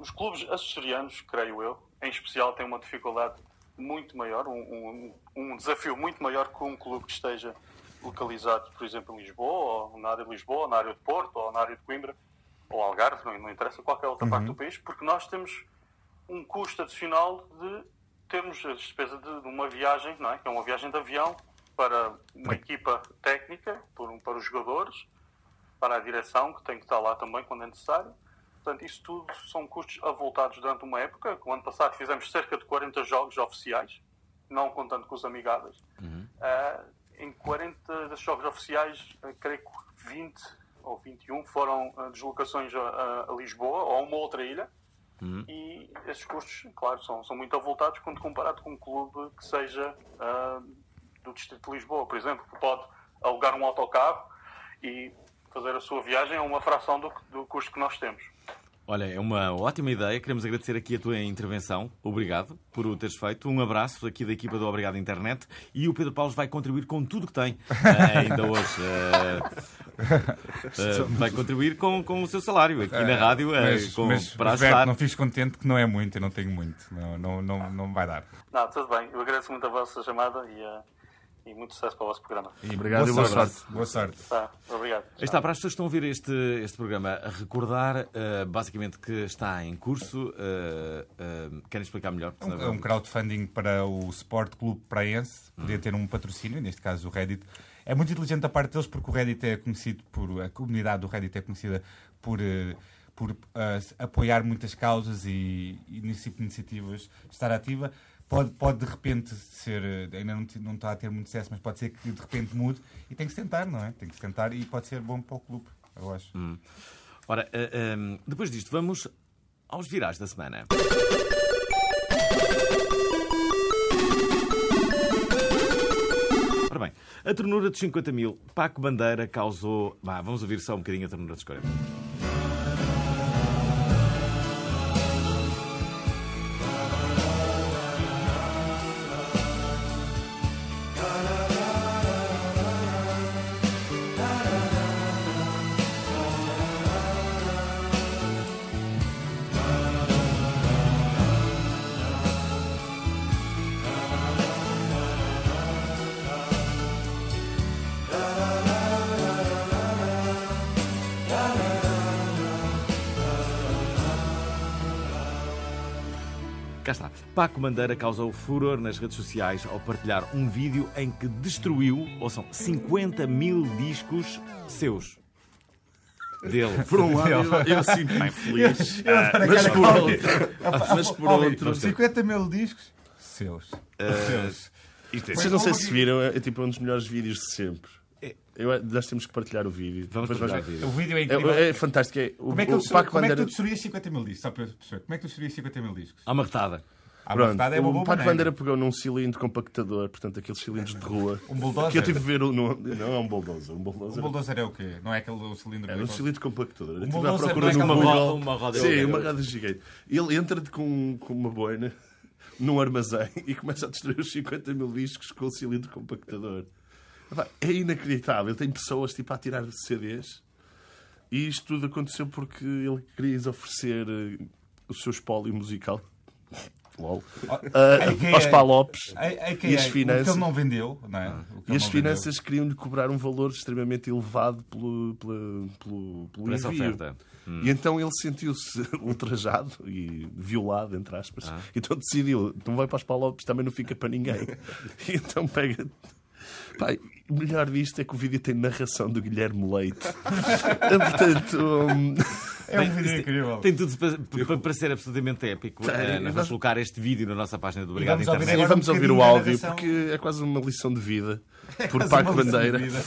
os clubes açorianos, creio eu, em especial, têm uma dificuldade muito maior, um, um- um desafio muito maior que um clube que esteja localizado, por exemplo, em Lisboa, ou na área de Lisboa, ou na área de Porto, ou na área de Coimbra, ou Algarve, não, não interessa, qualquer outra parte do país, porque nós temos um custo adicional de termos a despesa de, de uma viagem, não é? Que é uma viagem de avião para uma equipa técnica, por um- para os jogadores, para a direção, que tem que estar lá também quando é necessário. Portanto, isso tudo são custos avultados durante uma época. O ano passado fizemos cerca de 40 jogos oficiais, não contando com os amigáveis. Ah, em 40 desses jogos oficiais, ah, creio que 20 ou 21 foram ah, deslocações a, a Lisboa ou a uma outra ilha. E esses custos, claro, são, são muito avultados quando comparado com um clube que seja ah, do Distrito de Lisboa, por exemplo, que pode alugar um autocarro e fazer a sua viagem a uma fração do, do custo que nós temos. Olha, é uma ótima ideia. Queremos agradecer aqui a tua intervenção. Obrigado por o teres feito. Um abraço aqui da equipa do Obrigado Internet. E o Pedro Paulo vai contribuir com tudo que tem eh, ainda hoje. eh, eh, vai contribuir com, com o seu salário aqui É, na rádio eh, com- para Roberto, ajudar. não fiz contente que não é muito, eu não tenho muito, não, não, não, não vai dar. Não, tudo bem. Eu agradeço muito a vossa chamada e, eh, e muito sucesso para o vosso programa. E Obrigado e boa sorte. Boa sorte. Tá, obrigado. Aí Está, para as pessoas que estão a ouvir este, este programa, a recordar eh, basicamente que está em curso. eh, eh, querem explicar melhor? Porque, na É um verdade, crowdfunding para o Sport Clube Praense, podia ter um patrocínio, neste caso o Reddit. É muito inteligente da parte deles porque o Reddit é conhecido por. A comunidade do Reddit é conhecida por. eh, por ah, se- apoiar muitas causas e, e nesse tipo de iniciativas estar ativa. Pode, pode de repente ser. eh, Ainda não, ti- não está a ter muito sucesso, mas pode ser que de repente mude. E tem que se tentar, não é? Tem que se tentar e pode ser bom para o clube, eu acho. Ora, eh, eh, depois disto, vamos aos virais da semana. Ora bem, a ternura dos 50 mil, Paco Bandeira causou. Vá, vamos ouvir só um bocadinho a ternura dos 40. Thank Cá está. Paco Mandeira causou furor nas redes sociais ao partilhar um vídeo em que destruiu, ou são 50 mil discos seus. Dele. Por um lado, eu, eu sinto-me feliz. Eu- ah, mas por outro. Mas por Ó, outro. 50 mil discos seus. seus. Isto é- Mas Vocês não sei como se que- viram, é, é tipo um dos melhores vídeos de sempre. Eu- é, nós temos que partilhar o vídeo. Vamos Depois partilhar vais o vídeo. É. O vídeo é ver. incrível. É, é fantástico. É, o, Como é que, o eu, sou- Paco como é que Bandeira- tu destruías 50 mil discos? Só para eu perceber. Como é que tu destruías 50 mil discos? À marretada. A Pronto, verdade é uma o boa Paco maneira. Bandeira pegou num cilindro compactador, portanto, aqueles cilindros de rua. Um bulldozer? Que eu tive de ver. um- Não, não é um bulldozer. Um O bulldozer. bulldozer é o quê? Não é aquele do cilindro? Era um cilindro compactador. Eu estive à bulldozer procura não é de uma aquela roda- roda. uma roda Sim, gigante. uma roda gigante. Ele entra com, com uma boina num armazém e começa a destruir os 50 mil discos com o cilindro compactador. Epá, É inacreditável. Tem pessoas tipo a tirar CDs. E isto tudo aconteceu porque ele queria oferecer eh, o seu espólio musical. Lol. Ah, AKA. aos Palopes A- AKA, e as O É, que finanças. Ah. ele não vendeu, não é? O que E ele as não finanças queriam-lhe cobrar um valor extremamente elevado pelo, pela- pelo, pelo Por essa envio. oferta. Hum. E então ele sentiu-se ultrajado e violado, entre aspas. Ah. Então decidiu, não vai para as Palopes, também não fica para ninguém. E então pega... Pá, o melhor disto é que o vídeo tem narração do Guilherme Leite. Portanto, hum, vendeu. É um vídeo incrível. Tem tudo para, para- para ser absolutamente épico. Tem. Eh, nós vamos colocar este vídeo na nossa página do Obrigado vamos ouvir Internet. agora um vamos ouvir o bocadinho da áudio narração. porque é quase uma lição de vida por Mas Paco É uma lição de Bandeira. vida.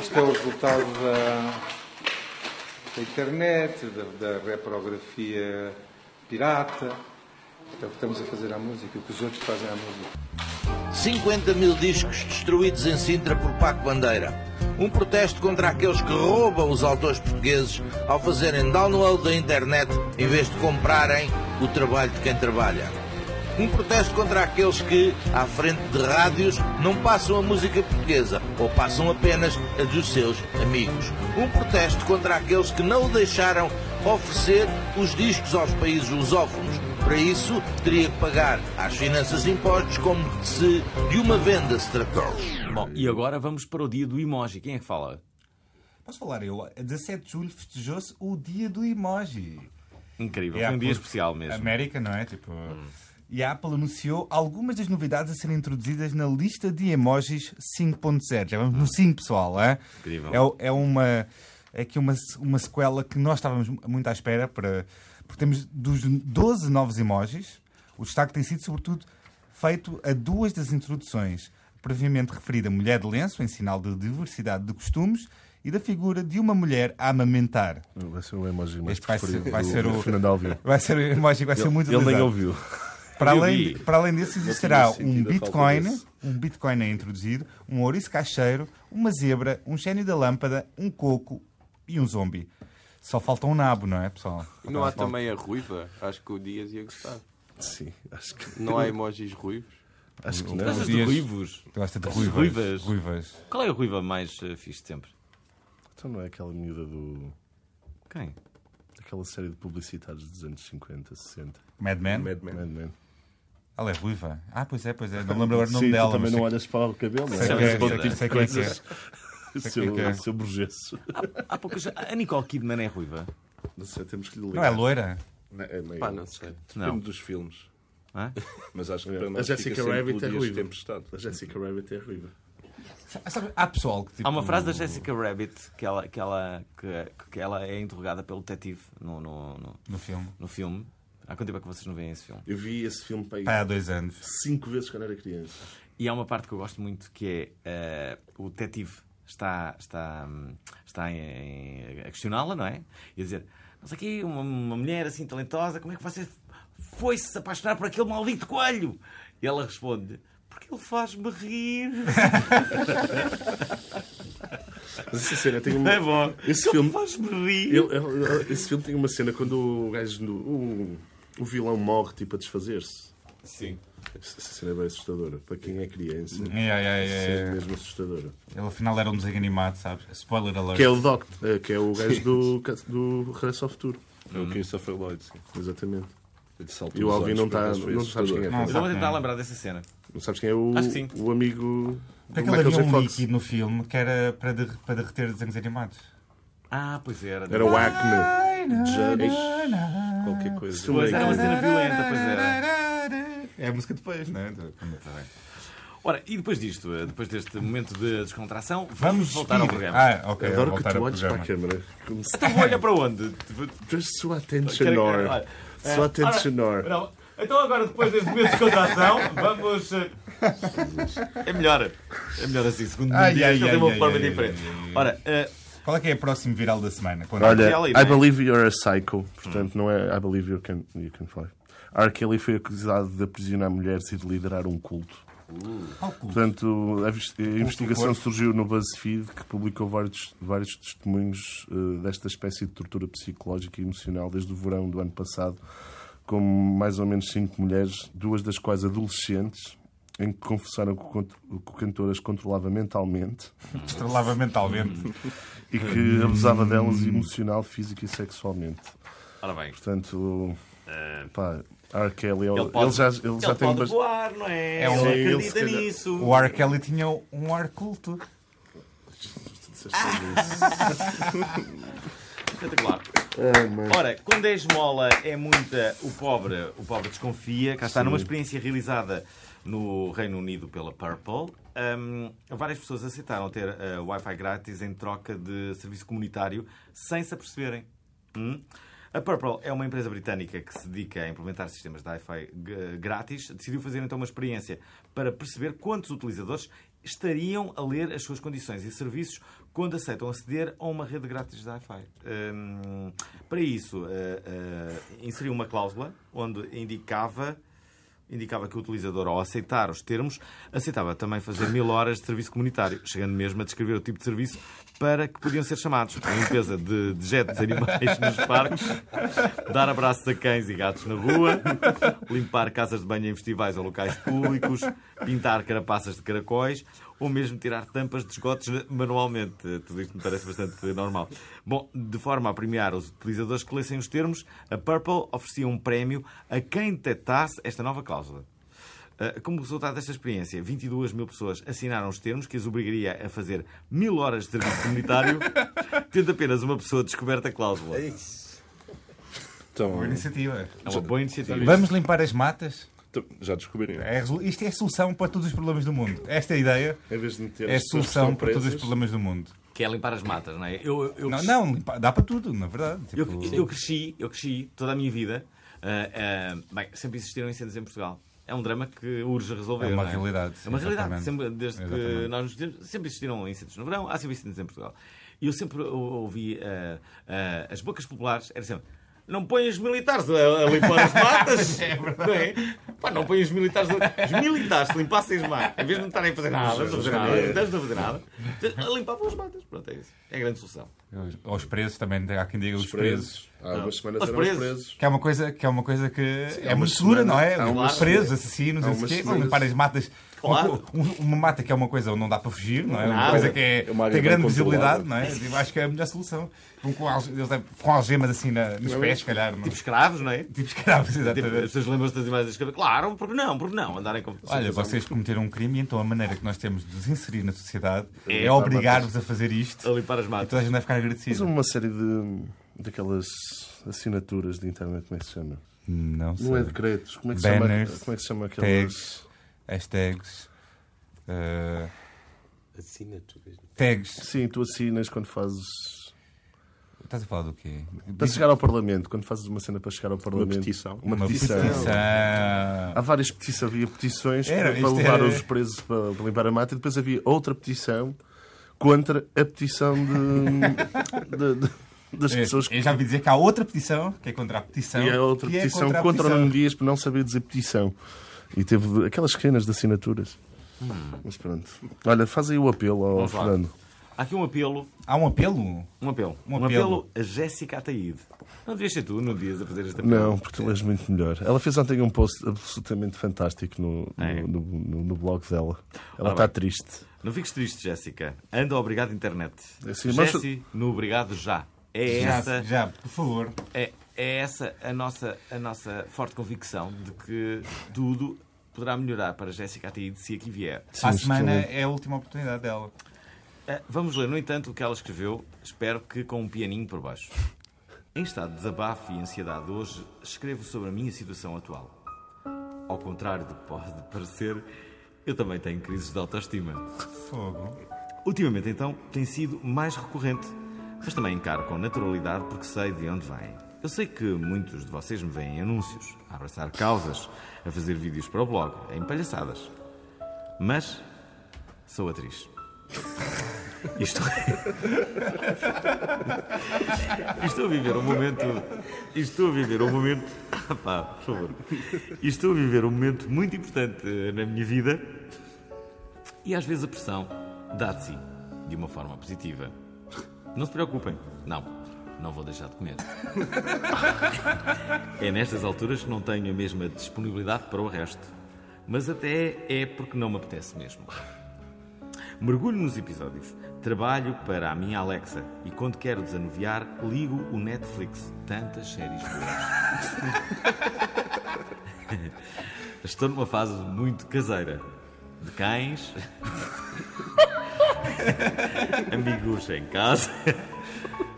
Isto é o resultado da, da internet, da, da reprografia pirata. É o que estamos a fazer à música, o que os outros fazem à música. 50 mil discos destruídos em Sintra por Paco Bandeira. Um protesto contra aqueles que roubam os autores portugueses ao fazerem download da internet em vez de comprarem o trabalho de quem trabalha. Um protesto contra aqueles que, à frente de rádios, não passam a música portuguesa ou passam apenas a dos seus amigos. Um protesto contra aqueles que não o deixaram oferecer os discos aos países lusófonos para isso, teria que pagar às finanças impostos como se de uma venda se tratasse. Bom, e agora vamos para o dia do emoji. Quem é que fala? Posso falar eu? A 17 de julho festejou-se o dia do emoji. Incrível. Yeah, Foi um dia porque especial mesmo. É, Hum. América, não é? Tipo... E a Apple anunciou algumas das novidades a serem introduzidas na lista de emojis 5.0. Já vamos no 5, pessoal. É? Hum. Incrível. É, o- é uma, é aqui uma, uma sequela que nós estávamos muito à espera, para, porque temos dos 12 novos emojis, o destaque tem sido sobretudo feito a duas das introduções, previamente referida a mulher de lenço, em sinal de diversidade de costumes, e da figura de uma mulher a amamentar. Vai ser o emoji mais Este vai ser- preferido vai do- ser do o- Fernando Alvio. Vai ser o emoji que vai ser muito utilizado. ouviu. Para Eu além, vi. para além disso, existirá tinha um sentido a falta Bitcoin, desse. um Bitcoin é introduzido, um ouriço cacheiro, uma zebra, um gênio da lâmpada, um coco e um zombie. Só falta um nabo, não é, pessoal? Não há Falta- também a ruiva? Acho que o Dias ia gostar. Sim, acho que, Não há emojis ruivos? acho que não. Gostas de dias- ruivos? Tu gosta de As ruivas. ruivas. Ruivas. Qual é a ruiva mais eh, fixe de sempre? Então não é aquela miúda do. Quem? Aquela série de publicitários dos anos 50, 60. Mad Men? Mad Men. Mad Men. Ela é ruiva. Ah, pois é, pois é. Não me lembro agora o Sim, nome tu dela. também mas não sei- olhas para o cabelo, não é? sei olhas que é- esse tipo sei de que- sei que é que é. Seu, que é. seu burgesso. Há poucas. A Nicole Kidman é ruiva. Não sei, temos que lhe Não é ligar. loira? Não, é meio... Pá, não sei. Não. Depende dos filmes. Hã? Mas acho que É. para A nós Jessica fica sempre Rabbit o é Dias ruiva. Tempestade. A Jessica Rabbit é ruiva. Ah, sabe, há pessoal que tipo. Há uma frase da Jessica Rabbit que ela, que ela, que, que ela é interrogada pelo detetive no, no, no, No filme. no filme. Há quanto tempo é que vocês não veem esse filme? Eu vi esse filme para aí Pai, há dois anos. cinco vezes quando era criança. E há uma parte que eu gosto muito que é eh, o detetive está, está, hum, está em- a questioná-la, não é? E a dizer: Mas aqui uma, uma mulher assim talentosa, como é que você foi se apaixonar por aquele maldito coelho? E ela responde: Porque ele faz-me rir. Mas essa cena tem uma. É bom. Esse ele filme. faz-me rir. ele- ele- esse filme tem uma cena quando o gajo. do- o, o vilão morre, tipo, a desfazer-se. Sim. Essa cena é bem assustadora. Para quem é criança, É, é, essa é, cena é é. mesmo assustadora. Ele afinal era um desenho animado, sabes? Spoiler alert. Que é o Doc, eh, que é o gajo do, do Regresso ao Futuro. É o Christopher Lloyd, sim. Exatamente. Ele salta Uhum. E o os Alvin olhos não por está. acaso foi Não sabes quem é. Não. pois Mas eu vou tentar lembrar dessa cena. Não sabes quem é o, Acho que sim. o amigo do Porque ele Michael havia J. um Fox. líquido no filme que era para, derre- para derreter desenhos animados. Ah, pois era. Era o Acme. Ai, não, Judge. não, não. qualquer coisa. Pois era uma cena violenta, pois era. É a música depois, não é? Quando- tá bem. Ora, e depois disto, eh, depois deste momento de descontração, vamos Vamos voltar ao despir. programa. Ah, ok. Adoro vamos que voltar tu ao olhes para a programa. câmera. Como se Então olha para onde? Just sua Quero- attention or. olha, eh, Sua attention ora, or. não. Então agora, depois deste momento de descontração, vamos... eh, É melhor. É melhor assim, segundo Ai, me diz, ai, ele ai, tem uma ai, forma ai, diferente. ai, ai, ai. Ora, eh, Qual é que é o próximo viral da semana? Quando- R. Olha, Kelly, não é? I believe you're a psycho. Portanto, não é I believe you can, you can fly. R. Kelly foi acusado de aprisionar mulheres e de liderar um culto. Qual clube? Portanto, a vis- a investigação favor. surgiu no BuzzFeed, que publicou vários, vários testemunhos eh, desta espécie de tortura psicológica e emocional desde o verão do ano passado, com mais ou menos cinco mulheres, duas das quais adolescentes, em que confessaram que o, cont- que o cantor as controlava mentalmente Estrelava mentalmente. e que abusava delas emocional, física e sexualmente. ora bem, eh, Portanto, pá, R. Kelly, ele, ele pode, ele já, ele já ele tem pode bastante. voar, não é? É um- ele ele acredita se calhar- nisso. O R. Kelly tinha um ar culto. Espetacular. Ora, quando a esmola é muita, o pobre, o pobre desconfia. Cá está, numa experiência realizada no Reino Unido pela Purple, hum, várias pessoas aceitaram ter eh, Wi-Fi grátis em troca de serviço comunitário sem se aperceberem. Hum? A Purple é uma empresa britânica que se dedica a implementar sistemas de Wi-Fi g- grátis. Decidiu fazer então uma experiência para perceber quantos utilizadores estariam a ler as suas condições e serviços quando aceitam aceder a uma rede grátis de Wi-Fi. Hum, para isso, eh, eh, inseriu uma cláusula onde indicava indicava que o utilizador, ao aceitar os termos, aceitava também fazer mil horas de serviço comunitário, chegando mesmo a descrever o tipo de serviço para que podiam ser chamados. A limpeza de dejetos animais nos parques, dar abraços a cães e gatos na rua, limpar casas de banho em festivais ou locais públicos, pintar carapaças de caracóis ou mesmo tirar tampas de esgotos manualmente. Tudo isto me parece bastante normal. Bom, de forma a premiar os utilizadores que lessem os termos, a Purple oferecia um prémio a quem detectasse esta nova cláusula. Ah, Como resultado desta experiência, 22 mil pessoas assinaram os termos que as obrigaria a fazer mil horas de serviço comunitário, tendo apenas uma pessoa descoberta a cláusula. É Então, Boa iniciativa. uma boa iniciativa. Vamos limpar as matas? então, já descobri. É a resolu- isto é a solução para todos os problemas do mundo. Esta é ideia Em vez de meter é a as pessoas que solução estão para todos os presas, problemas do mundo. Que é limpar as matas, não é? Eu, eu- eu Não, não, limpa- dá para tudo, na verdade. Eu, Tipo, eu cresci, eu cresci toda a minha vida. ah, ah, bem, sempre existiram incêndios em Portugal. É um drama que urge resolver. É uma não realidade, É uma realidade. exatamente. Sempre, desde que Exatamente. nós nos conhecemos, sempre existiram incêndios no verão, há sempre incêndios em Portugal. E eu sempre ou- ouvi ah, ah, as bocas populares, era sempre. Não põe os militares a, a limpar as matas. é verdade. Não, é? Pá, não põe os militares. A... Os militares que limpassem as matas. Em vez de não estarem a fazer nada, não estão a fazer nada, não estão a fazer nada. Limpavam as matas. Pronto, é isso. É a grande solução. Aos presos também, há quem diga os presos. Há umas semanas Os eram os presos. presos. Que é uma coisa que, é uma coisa que é há muito umas segura, semanas- não é? há umas Os presos, assassinos, há não sei o quê, umas vão semanas. limpar as matas. Claro. Um- um- uma mata que é uma coisa onde não dá para fugir, não é? Uma Nada. coisa que é, É uma área tem bem grande visibilidade, controlada. não é? Eu acho que é a melhor solução. Com, com, alge- eles devem- com algemas assim na- nos pés, se calhar. Não? Tipo escravos, não é? Tipo escravos, Tipo, as exatamente. pessoas lembram-se das imagens das câmaras. Claro, porque não, porque não, andarem com. Olha, vocês cometeram um crime e então a maneira que nós temos de os inserir na sociedade é, É, obrigar-vos a fazer a isto limpar as e matas. toda a gente vai ficar Fiz agradecida. uma série de daquelas assinaturas de internet, como é que se chama? Não Não é sei. decretos, como é que se chama, Banners, como é que se chama tags. aquelas Hashtags. eh, Assinaturas. tags. Sim, tu assinas quando fazes Estás a falar do quê? para chegar ao Parlamento, quando fazes uma cena para chegar ao Parlamento. petição. Uma, Uma petição. petição. Há várias petições, havia petições Era, para, para isto levar era- os presos para, para limpar a mata e depois havia outra petição contra a petição de- de- de- das pessoas que É, Eu já ouvi dizer que há outra petição, que é contra a petição. E a outra que é petição a contra, o Nuno Dias por não saber dizer petição. E teve de- aquelas cenas de assinaturas. Mas pronto. Olha, faz aí o apelo ao Vamos lá. Fernando. Há aqui um apelo. Há um apelo? Um apelo. Um Um apelo. apelo a Jéssica Ataíde. Não devias ser tu, não devias a fazer esta Não, porque tu lês muito melhor. Ela fez ontem um post absolutamente fantástico no, É. no, no- no blog dela. Ela Ora está bem. triste. Não fiques triste, Jéssica. Anda, obrigado, internet. Assim, mas- Jessi, no obrigado já. É Já, essa, já, por favor. é, é essa a, nossa, a nossa forte convicção de que tudo poderá melhorar para Jéssica Ataíde se aqui vier. Para a Sim, semana estou- é a última oportunidade dela. Eh, Ah, Vamos ler, no entanto, o que ela escreveu. Espero que com um pianinho por baixo. Em estado de desabafo e ansiedade hoje, escrevo sobre a minha situação atual. Ao contrário do que pode parecer, eu também tenho crises de autoestima. Fogo. Ultimamente, então, tem sido mais recorrente, mas também encaro com naturalidade porque sei de onde vem. Eu sei que muitos de vocês me veem em anúncios, a abraçar causas, a fazer vídeos para o blog, em palhaçadas. Mas sou atriz. Isto E Estou a viver um momento. e Estou a viver um momento. Ah, pá, por favor. E Estou a viver um momento muito importante eh, na minha vida e às vezes a pressão dá de si de uma forma positiva. Não se preocupem. Não, não vou deixar de comer. É nestas alturas que não tenho a mesma disponibilidade para o resto. Mas até é porque não me apetece mesmo. Mergulho nos episódios. Trabalho para a minha Alexa e quando quero desanuviar, ligo o Netflix. Tantas séries boas. Estou numa fase muito caseira. De cães. amigos em casa.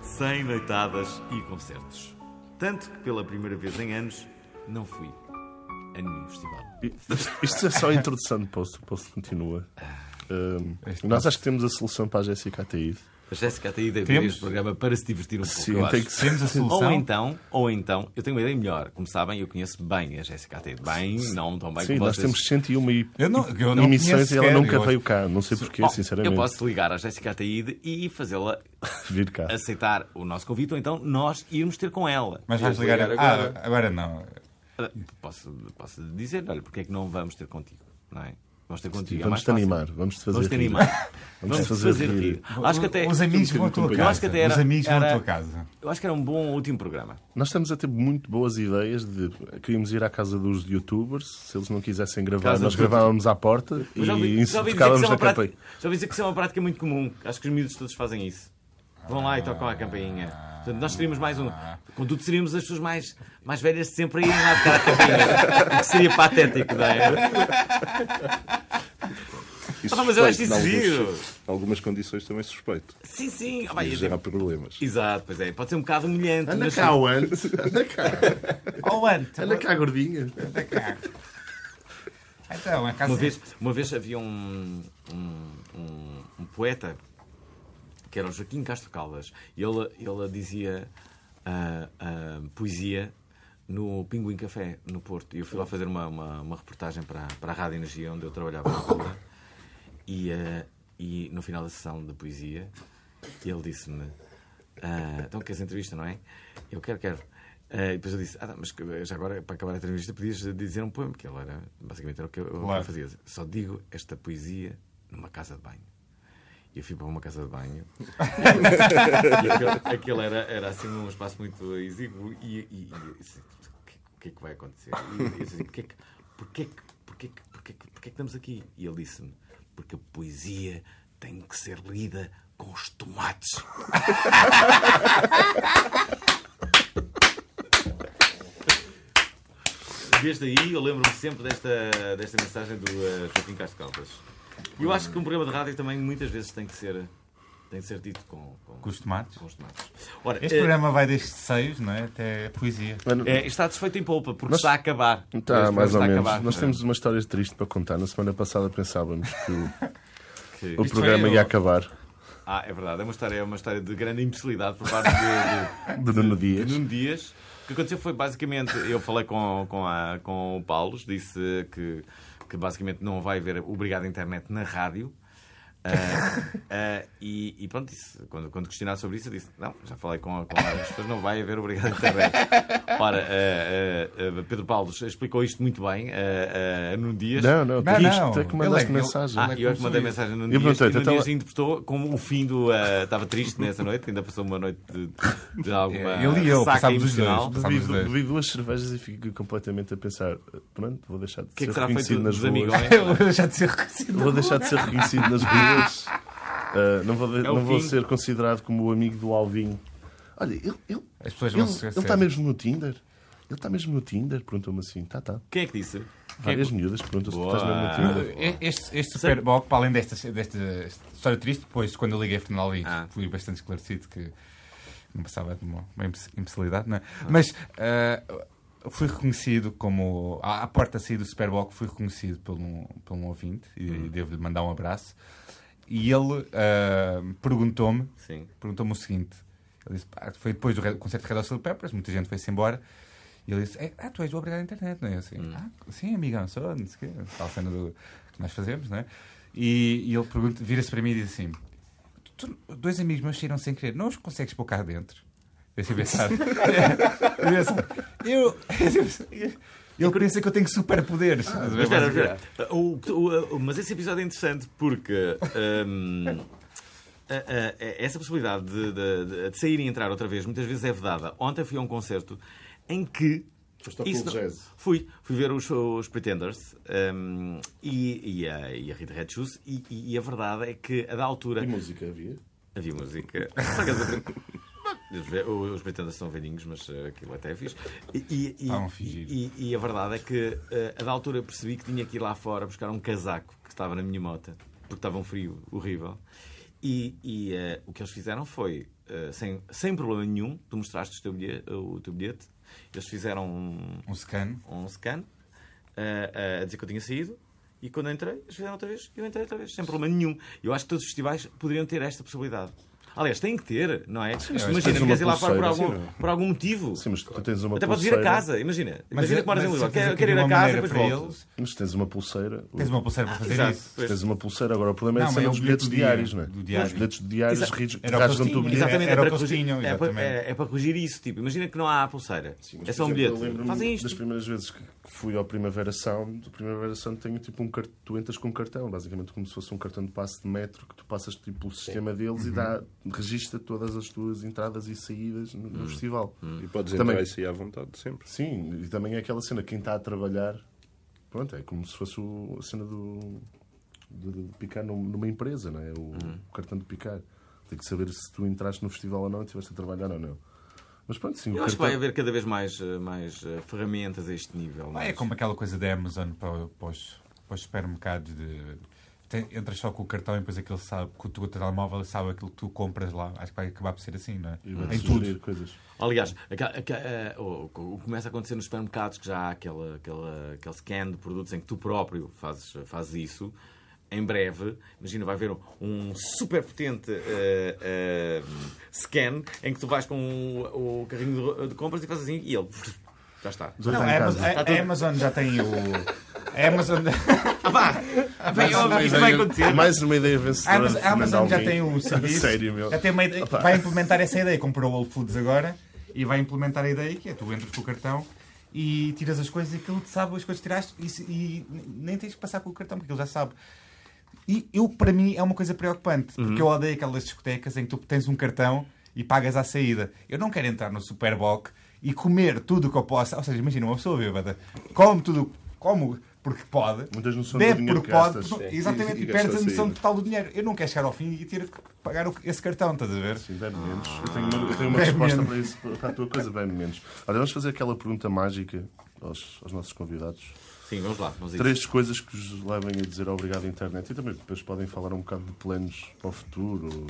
sem noitadas e concertos. Tanto que pela primeira vez em anos não fui a nenhum festival. Isto é só a introdução do post, o post continua. Ahm, É nós acho que temos a solução para a Jéssica Ataíde. A Jéssica até aí deve ver Temos? este programa para se divertir um pouco. Sim, eu acho. tem que ser. Temos a Ou solução. então, ou então, eu tenho uma ideia melhor. Como sabem, eu conheço bem a Jéssica Até. Bem, não tão bem Sim, como nós É vocês. temos 101 e, Eu não- eu não emissões conheço e ela sequer, nunca eu acho. veio cá. Não sei porquê, Bom, sinceramente. Eu posso ligar à Jéssica Ataíde e fazê-la vir cá. assim, aceitar o nosso convite, ou então nós irmos ter com ela. Mas vais Vou ligar ligar agora. Ah, agora não. Ah, Posso, posso dizer, olha, porque é que não vamos ter contigo? Não é? Vamos ter contigo. é mais Vamos-te fácil. animar. Vamos-te fazer Vamos te rir. animar. Vamos Vamos te te fazer fazer rir. rir. Acho que até. Os amigos Eu vão à tua Eu acho que casa. até era, Os amigos vão à era- tua casa. Eu acho que era um bom último programa. Nós estamos a ter muito boas ideias de queríamos ir à casa dos youtubers, se eles não quisessem gravar, Casa nós dos- gravávamos à porta Eu já ouvi, e já ouvi dizer que tocávamos isso é na uma prática, campanha. já ouvi dizer que isso é uma prática muito comum. Acho que os miúdos todos fazem isso. Vão lá e tocam a campainha. Portanto, nós teríamos mais um. Contudo, seríamos as pessoas mais, mais velhas de sempre a irem lá tocar a campainha. O que seria patético, não é? Isso Ah, mas eu acho suspeito, isso em giro. alguns- em Algumas condições também suspeito. Sim, sim. Ah, pá, E eu gerar digo- problemas. Exato, pois é. Pode ser um bocado humilhante. Anda mas- cá, Ant. Anda cá. Ou antes. Anda cá, gordinha. Então, a casa. Uma vez, uma vez havia um, um, um- um poeta que era o Joaquim Castro Caldas e ele, ele dizia ah, ah, poesia no Pinguim Café, no Porto. E eu fui lá fazer uma, uma, uma reportagem para, a- para a Rádio Energia, onde eu trabalhava na altura. E, ah, e no final da sessão de poesia, ele disse-me: ah, Então queres entrevista, não é? Eu quero, quero. Ah, e depois eu disse: Ah, tá, mas que- já agora, para acabar a entrevista, podias dizer um poema, que ele era, basicamente era o que eu, o que eu Claro. fazia. Só digo esta poesia numa casa de banho. E eu fui para uma casa de banho. e aquele, aquele era, era assim um espaço muito exíguo. E, e, e eu disse, o que, o que é que vai acontecer? E eu disse, porquê que, porquê que, porquê que, porquê que, porquê que estamos aqui? E ele disse-me, porque a poesia tem que ser lida com os tomates. Desde aí eu lembro-me sempre desta, desta mensagem do eh, Joaquim Castro Caldas. E Eu acho que um programa de rádio também muitas vezes tem que ser, tem que ser dito com, com, Com os tomates. com os tomates. Ora, Este eh, programa vai desde seios, não é? Até a poesia. é, está desfeito em polpa, porque Nós- está a acabar. Tá, Este mais ou programa É. está a menos. acabar. Nós temos uma história triste para contar. Na semana passada pensávamos que o, o Isto programa foi- ia acabar. Ah, é verdade, é uma história, é uma história de grande imbecilidade por parte de, de, De Nuno de Dias. Nuno Dias. O que aconteceu foi basicamente, eu falei com, com, a- com o Paulo, disse que, que basicamente não vai haver obrigado à internet na rádio. Ah, ah, e, e pronto, disse, quando, quando questionado sobre isso, eu disse: Não, já falei com, com as pessoas, não vai haver obrigado à internet. Ora, ah, ah, ah, Pedro Paulo explicou isto muito bem ah, ah, Nuno Dias. Não, não, Não, tu, não. não, tu é que mandaste Ele é- mensagem. Ah, eu é que mandei começou mensagem no Eu Nuno Dias e perguntei-te, no então- Dias interpretou como o fim do... ah, Estava triste nessa noite, ainda passou uma noite de, de alguma É, ele e eu, ressaca passámos os dois. emocional. Passámos Bebi, os dois. bebi duas cervejas e fico completamente a pensar: pronto, vou deixar de O que é que ser será feito reconhecido nas dos ruas. amigos? Eu já de ser reconhecido. Vou deixar de ser reconhecido nas ruas. Ah, não vou, É o não vou fim. ser considerado como o amigo do Alvinho. Olha, ele ele- É As pessoas ele vão se ele está mesmo no Tinder? Ele está mesmo no Tinder? Perguntou-me assim. Tá, tá. Quem é que disse? Quem é Várias que- miúdas perguntam se tu Boa. estás mesmo no Tinder. Este, este Super Bowl, para além desta, desta história triste, depois, quando eu liguei a final, e Ah. fui bastante esclarecido que não passava de uma, uma imbe- imbecilidade, não é? Mas ah, fui reconhecido como. À, à porta a sair do Super Bowl, fui reconhecido por um, por um ouvinte e, Uhum. e devo-lhe mandar um abraço. E ele ah, perguntou-me Sim. perguntou-me o seguinte: ele disse, "Pá, foi depois do Red- concerto de Red Hot Chili Peppers, muita gente foi-se embora. E ele disse: "É, Ah, tu és o obrigado à internet, não é? Eu assim, Hum. ah, sim, amigão, sou, não sei o quê, tal cena do, que nós fazemos, não é? E, e ele pergunta- vira-se para mim e diz assim: "Tu- Dois amigos meus saíram sem querer, não os consegues pôr cá dentro? Eu assim pensar. eu, pensar, eu, ele pensa que eu tenho superpoderes. Ah, Mas, espera, espera. O- o- o- mas esse episódio é interessante porque hum, a- a- a- essa possibilidade de, de- de- de sair e entrar outra vez muitas vezes é vedada. Ontem fui a um concerto em que. Foste ao Clube não- Jazz. Fui, fui ver os, os Pretenders hum, e, e a, e a Rita Red Shoes, e, e- e a verdade é que a da altura. E música havia? Havia música. Só quer dizer, os ve- Os Pretenders são velhinhos, mas eh, aquilo até é fixe. E, e- e- Estavam fingidos. e- e a verdade é que, eh, a da altura, percebi que tinha que ir lá fora buscar um casaco que estava na minha moto, porque estava um frio horrível. E, e, eh, o que eles fizeram foi, eh, sem, sem problema nenhum, tu mostraste o teu bilhete, o teu bilhete eles fizeram um, Um scan. um scan eh, eh, a dizer que eu tinha saído. E quando eu entrei, eles fizeram outra vez, e eu entrei outra vez, sem problema nenhum. Eu acho que todos os festivais poderiam ter esta possibilidade. Aliás, têm que ter, não é? imagina, tens uma queres ir lá fora por pulseira, algum, sim, não? por algum motivo. Sim, mas tu tens uma Até podes ir pulseira. é- a casa, imagina. imagina que moras em mas Lisboa, de certeza quero, que quero ir havia a uma casa, maneira depois para volto. eles. Mas tens uma pulseira. Tens uma pulseira para fazer Exato. isso. Pois. Tens uma pulseira, agora o problema é Não, que são mas é os o bilhetes bilhete do diários, dia, não é? do diário. Os bilhetes diários Exato. ris- Era o rasgam-te o costinho, bilhete. exato. Exatamente, é Era o para corrigir, costinho, é para- exatamente. é- é para corrigir isso. Tipo, imagina que não há pulseira. é só um Por exemplo, bilhete. Eu lembro-me Fazem das isto. primeiras vezes que que fui ao Primavera Sound. Do Primavera Sound tenho tipo um cartão. Tu entras com um cartão, basicamente como se fosse um cartão de passe de metro que tu passas tipo pelo sistema deles e dá, registra todas as tuas entradas e saídas no, no festival. E podes entrar Também. e sair à vontade, sempre. Sim, e também é aquela cena, quem está a trabalhar, pronto, é como se fosse o- a cena do, de, de picar num- numa empresa, não é? O, o cartão de picar. Tem que saber se tu entraste no festival ou não e estiveste a trabalhar ou não. Mas pronto, sim, o Eu acho que cartão- vai haver cada vez mais, eh, mais eh, ferramentas a este nível. Ah, é mais- como aquela coisa da Amazon para, para, os, para os supermercados de. Tem, entras só com o cartão e depois aquilo sabe que o teu telemóvel sabe aquilo que tu compras lá. Acho que vai acabar por ser assim, não é? vai-te Em sugerir tudo. coisas. Aliás, aca- aca- eh, o o que começa a acontecer nos supermercados, que já há aquela, aquela, aquele scan de produtos em que tu próprio fazes, fazes isso, em breve, imagina, vai haver um, um super potente eh, eh, scan em que tu vais com o, o carrinho de ro- de, compras e fazes assim e ele. Já está. Tá Não, é, a, Amazon, a- a Amazon já tem o. A Amazon, Ah, vá! Bem, óbvio, isto vai é, acontecer. Mais uma ideia a vencedora. Amazon, de a Amazon Fernando é, já Alvim. tem um o serviço. Sério, meu. Já tem uma ideia, vai implementar essa ideia. Comprou o Whole Foods agora e vai implementar a ideia que é tu entras com o cartão e tiras as coisas e aquilo te sabe as coisas que tiraste e, se- e nem tens que passar com o cartão porque ele já sabe. E eu, para mim, é uma coisa preocupante, Uhum. porque eu odeio aquelas discotecas em que tu tens um cartão e pagas à saída. Eu não quero entrar no Superboc e comer tudo o que eu possa. Ou seja, imagina uma pessoa bêbada, come tudo, como porque pode, Muitas noções do bebe dinheiro porque que pode, gastas. porque- exatamente, E- e, e perdes gasta a a noção saída. total do dinheiro. Eu não quero chegar ao fim e ter de pagar o- esse cartão, estás a ver? Sim, bem menos. Eu tenho uma, eu tenho uma Ah. Bem resposta menos. para, isso, para a tua coisa, bem menos. Olha, vamos fazer aquela pergunta mágica aos, aos nossos convidados. Sim, vamos lá, vamos a isso. Três coisas que os levem a dizer obrigado à internet. E também depois podem falar um bocado de planos para o futuro.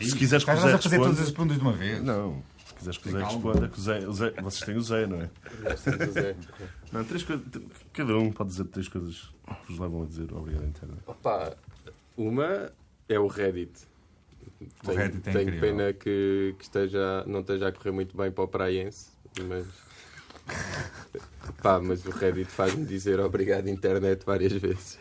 Se quiseres que o Estás Zé a fazer todas responda... as perguntas de uma vez. é Não, se quiseres que o Zé responda, que o Zé, o Zé- vocês têm o Zé, não é? José. Não, três coisas... Cada um pode dizer três coisas que os levam a dizer obrigado à internet. Opa, uma é o Reddit. O Reddit é tenho incrível. pena que, que esteja, não esteja a correr muito bem para o Praiense, mas. Pá, mas o Reddit faz-me dizer obrigado, internet, várias vezes.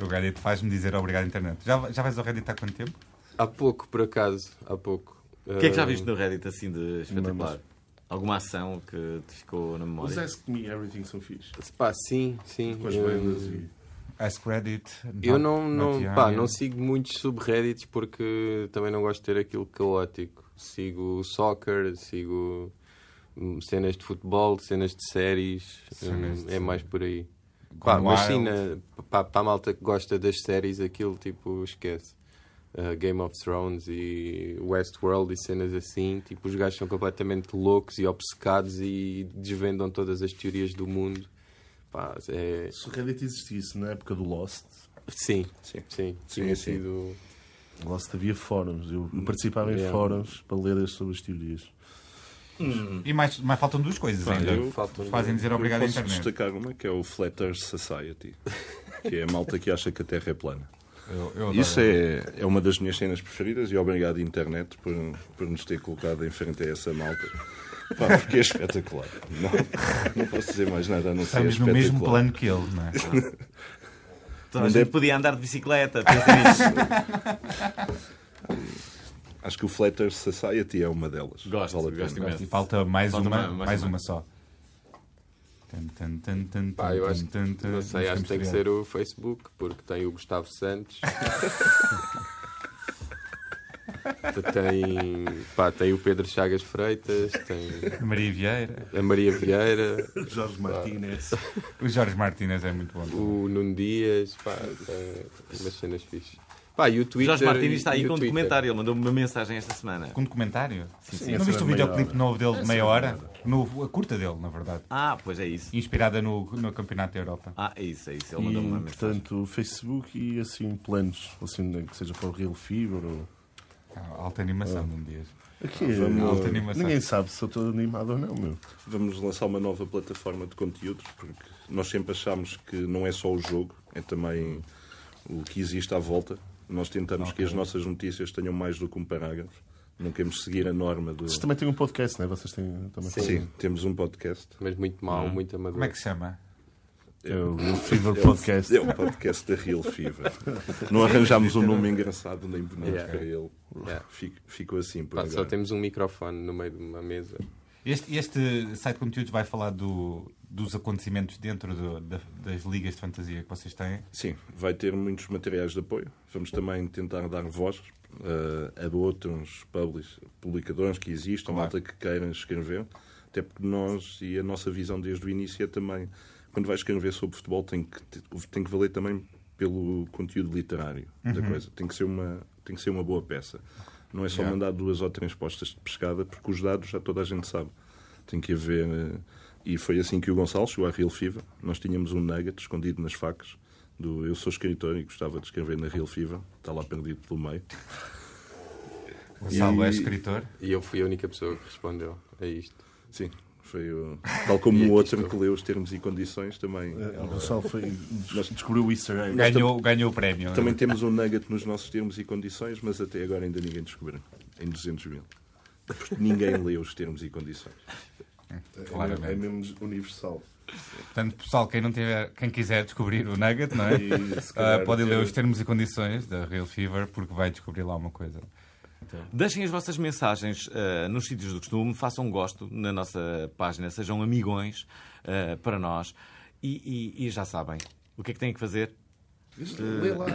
O Reddit faz-me dizer obrigado, internet. Já, já vais ao Reddit há quanto tempo? Há pouco, por acaso, há pouco. O que é que já eh, viste no Reddit assim de espetacular? Alguma ação que te ficou na Os é memória? Ask Me Everything são fixe. Hum, Pá, sim, sim. hum, Com as eu- bandas e... Ask Reddit. Eu Not- não, não, Not pá, Young. não sigo muitos subreddits porque também não gosto de ter aquilo caótico. Sigo soccer, sigo hum, cenas de futebol, cenas de séries, Cenas hum, de- é mais por aí. Gone Pá, mas Wild. sim, na- pá, para a malta que gosta das séries, aquilo tipo, esquece. Uh, Game of Thrones e Westworld e cenas assim, tipo, os gajos são completamente loucos e obcecados e desvendam todas as teorias do mundo. Pá, é, Se o Reddit existisse na época do Lost, Sim, sim, tinha sim. sido Lá se havia fóruns. Eu Hum. participava em Yeah. fóruns para ler sobre as teorias. E mais, mais faltam duas coisas ainda. eu- faltam duas. Fazem dizer obrigado à Eu posso internet. destacar uma que é o Flat Earth Society, que é a malta que acha que a Terra é plana. Eu- eu adoro. Isso é, é uma das minhas cenas preferidas e obrigado internet por, por nos ter colocado em frente a essa malta. Pá, porque é espetacular. Não, não posso dizer mais nada a é não ser Estamos no espetacular. É mesmo plano que ele, não é? Toda a Não gente deve- podia andar de bicicleta. pensa nisso. Acho que o Flat Earth Society é uma delas. Gosto, Vale a é gosto pena. imenso. E falta mais Falta uma, mais- mais mais uma. uma só. Tan, tan, tan, tan, Pá, eu tan, acho que, tan, tan, não tan. sei, acho que tem que ser o Facebook, porque tem o Gustavo Santos. tem, pá, tem o Pedro Chagas Freitas, tem Maria Vieira. a Maria Vieira, Jorge Martínez. O Jorge Martínez é muito bom. o Nuno Dias, pá, tem umas cenas fixas. Pá, e o Twitter... Jorge Martins está e aí o com um Twitter. documentário. Ele mandou-me uma mensagem esta semana. Com um documentário? Sim, essa Não viste era o meia videoclipe hora. novo dele de meia hora? Novo, a curta dele, na verdade. Ah, pois é isso. Inspirada no, no Campeonato da Europa. Ah, é isso, é isso. Ele mandou-me uma E, mensagem. portanto, Facebook e assim planos, assim, que seja para o Real Fever ou. Ah, Alta animação de um dia. Aqui, eh, alta animação. ninguém sabe se eu estou animado ou não, meu. Vamos lançar uma nova plataforma de conteúdos, porque nós sempre achámos que não é só o jogo, é também o que existe à volta. Nós tentamos que as nossas notícias tenham mais do que um parágrafo. Não queremos seguir a norma do. Vocês também têm um podcast, não é? Vocês têm também Sim, temos um podcast. Mas muito mal, muito amador. Como é que se chama? É o Real Fever É Podcast. um podcast da Real Fever. Não arranjámos um nome engraçado nem bonito Yeah. para ele. Yeah. Fico- Ficou assim por Pá, só agora. temos um microfone no meio de uma mesa. Este, este site de conteúdos vai falar do- dos acontecimentos dentro do- da- das ligas de fantasia que vocês têm. Sim, vai ter muitos materiais de apoio. Vamos também tentar dar voz eh, a outros publish- publicadores que existam, malta que queiram escrever. Até porque nós, e a nossa visão desde o início é também, quando vais escrever sobre futebol, tem que, te- tem que valer também pelo conteúdo literário da coisa. Tem que, ser uma, tem que ser uma boa peça. Não é só mandar duas ou três postas de pescada, porque os dados já toda a gente sabe. Tem que haver. eh, E foi assim que o Gonçalo chegou à Real Fever. Nós tínhamos um nugget escondido nas facas. Do eu sou escritor e gostava de escrever na Real Fever. Está lá perdido pelo meio. Gonçalo é E- escritor. E eu fui a única pessoa que respondeu a isto. Sim, foi o- tal como o outro que leu os termos e condições também. O Gonçalo foi, des- descobriu o Easter egg. Ganhou, ganhou o prémio. Também temos um nugget nos nossos termos e condições, mas até agora ainda ninguém descobriu. Em 200 mil. Porque ninguém leu os termos e condições. claramente. É mesmo universal. Portanto, pessoal, quem, não tiver, quem quiser descobrir o Nugget, não é? E, se Ah, calhar, podem ler eu- os termos e condições da Real Fever, porque vai descobrir lá uma coisa. Deixem as vossas mensagens eh, nos sítios do costume, façam gosto na nossa página, sejam amigões eh, para nós e, e- e já sabem o que é que têm que fazer. Lê lá.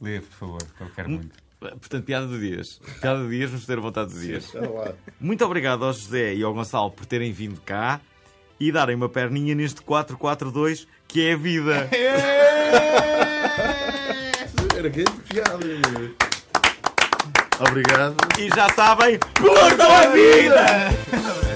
Lê, por favor, porque eu quero muito. Eh, Portanto, piada do Dias. Piada do Dias, vamos ter a vontade do Dias. Espera lá. Muito obrigado ao José e ao Gonçalo por terem vindo cá e darem uma perninha neste 442 que é a vida. É! Era grande piada, meu. Obrigado. E já sabem, curtam a vida!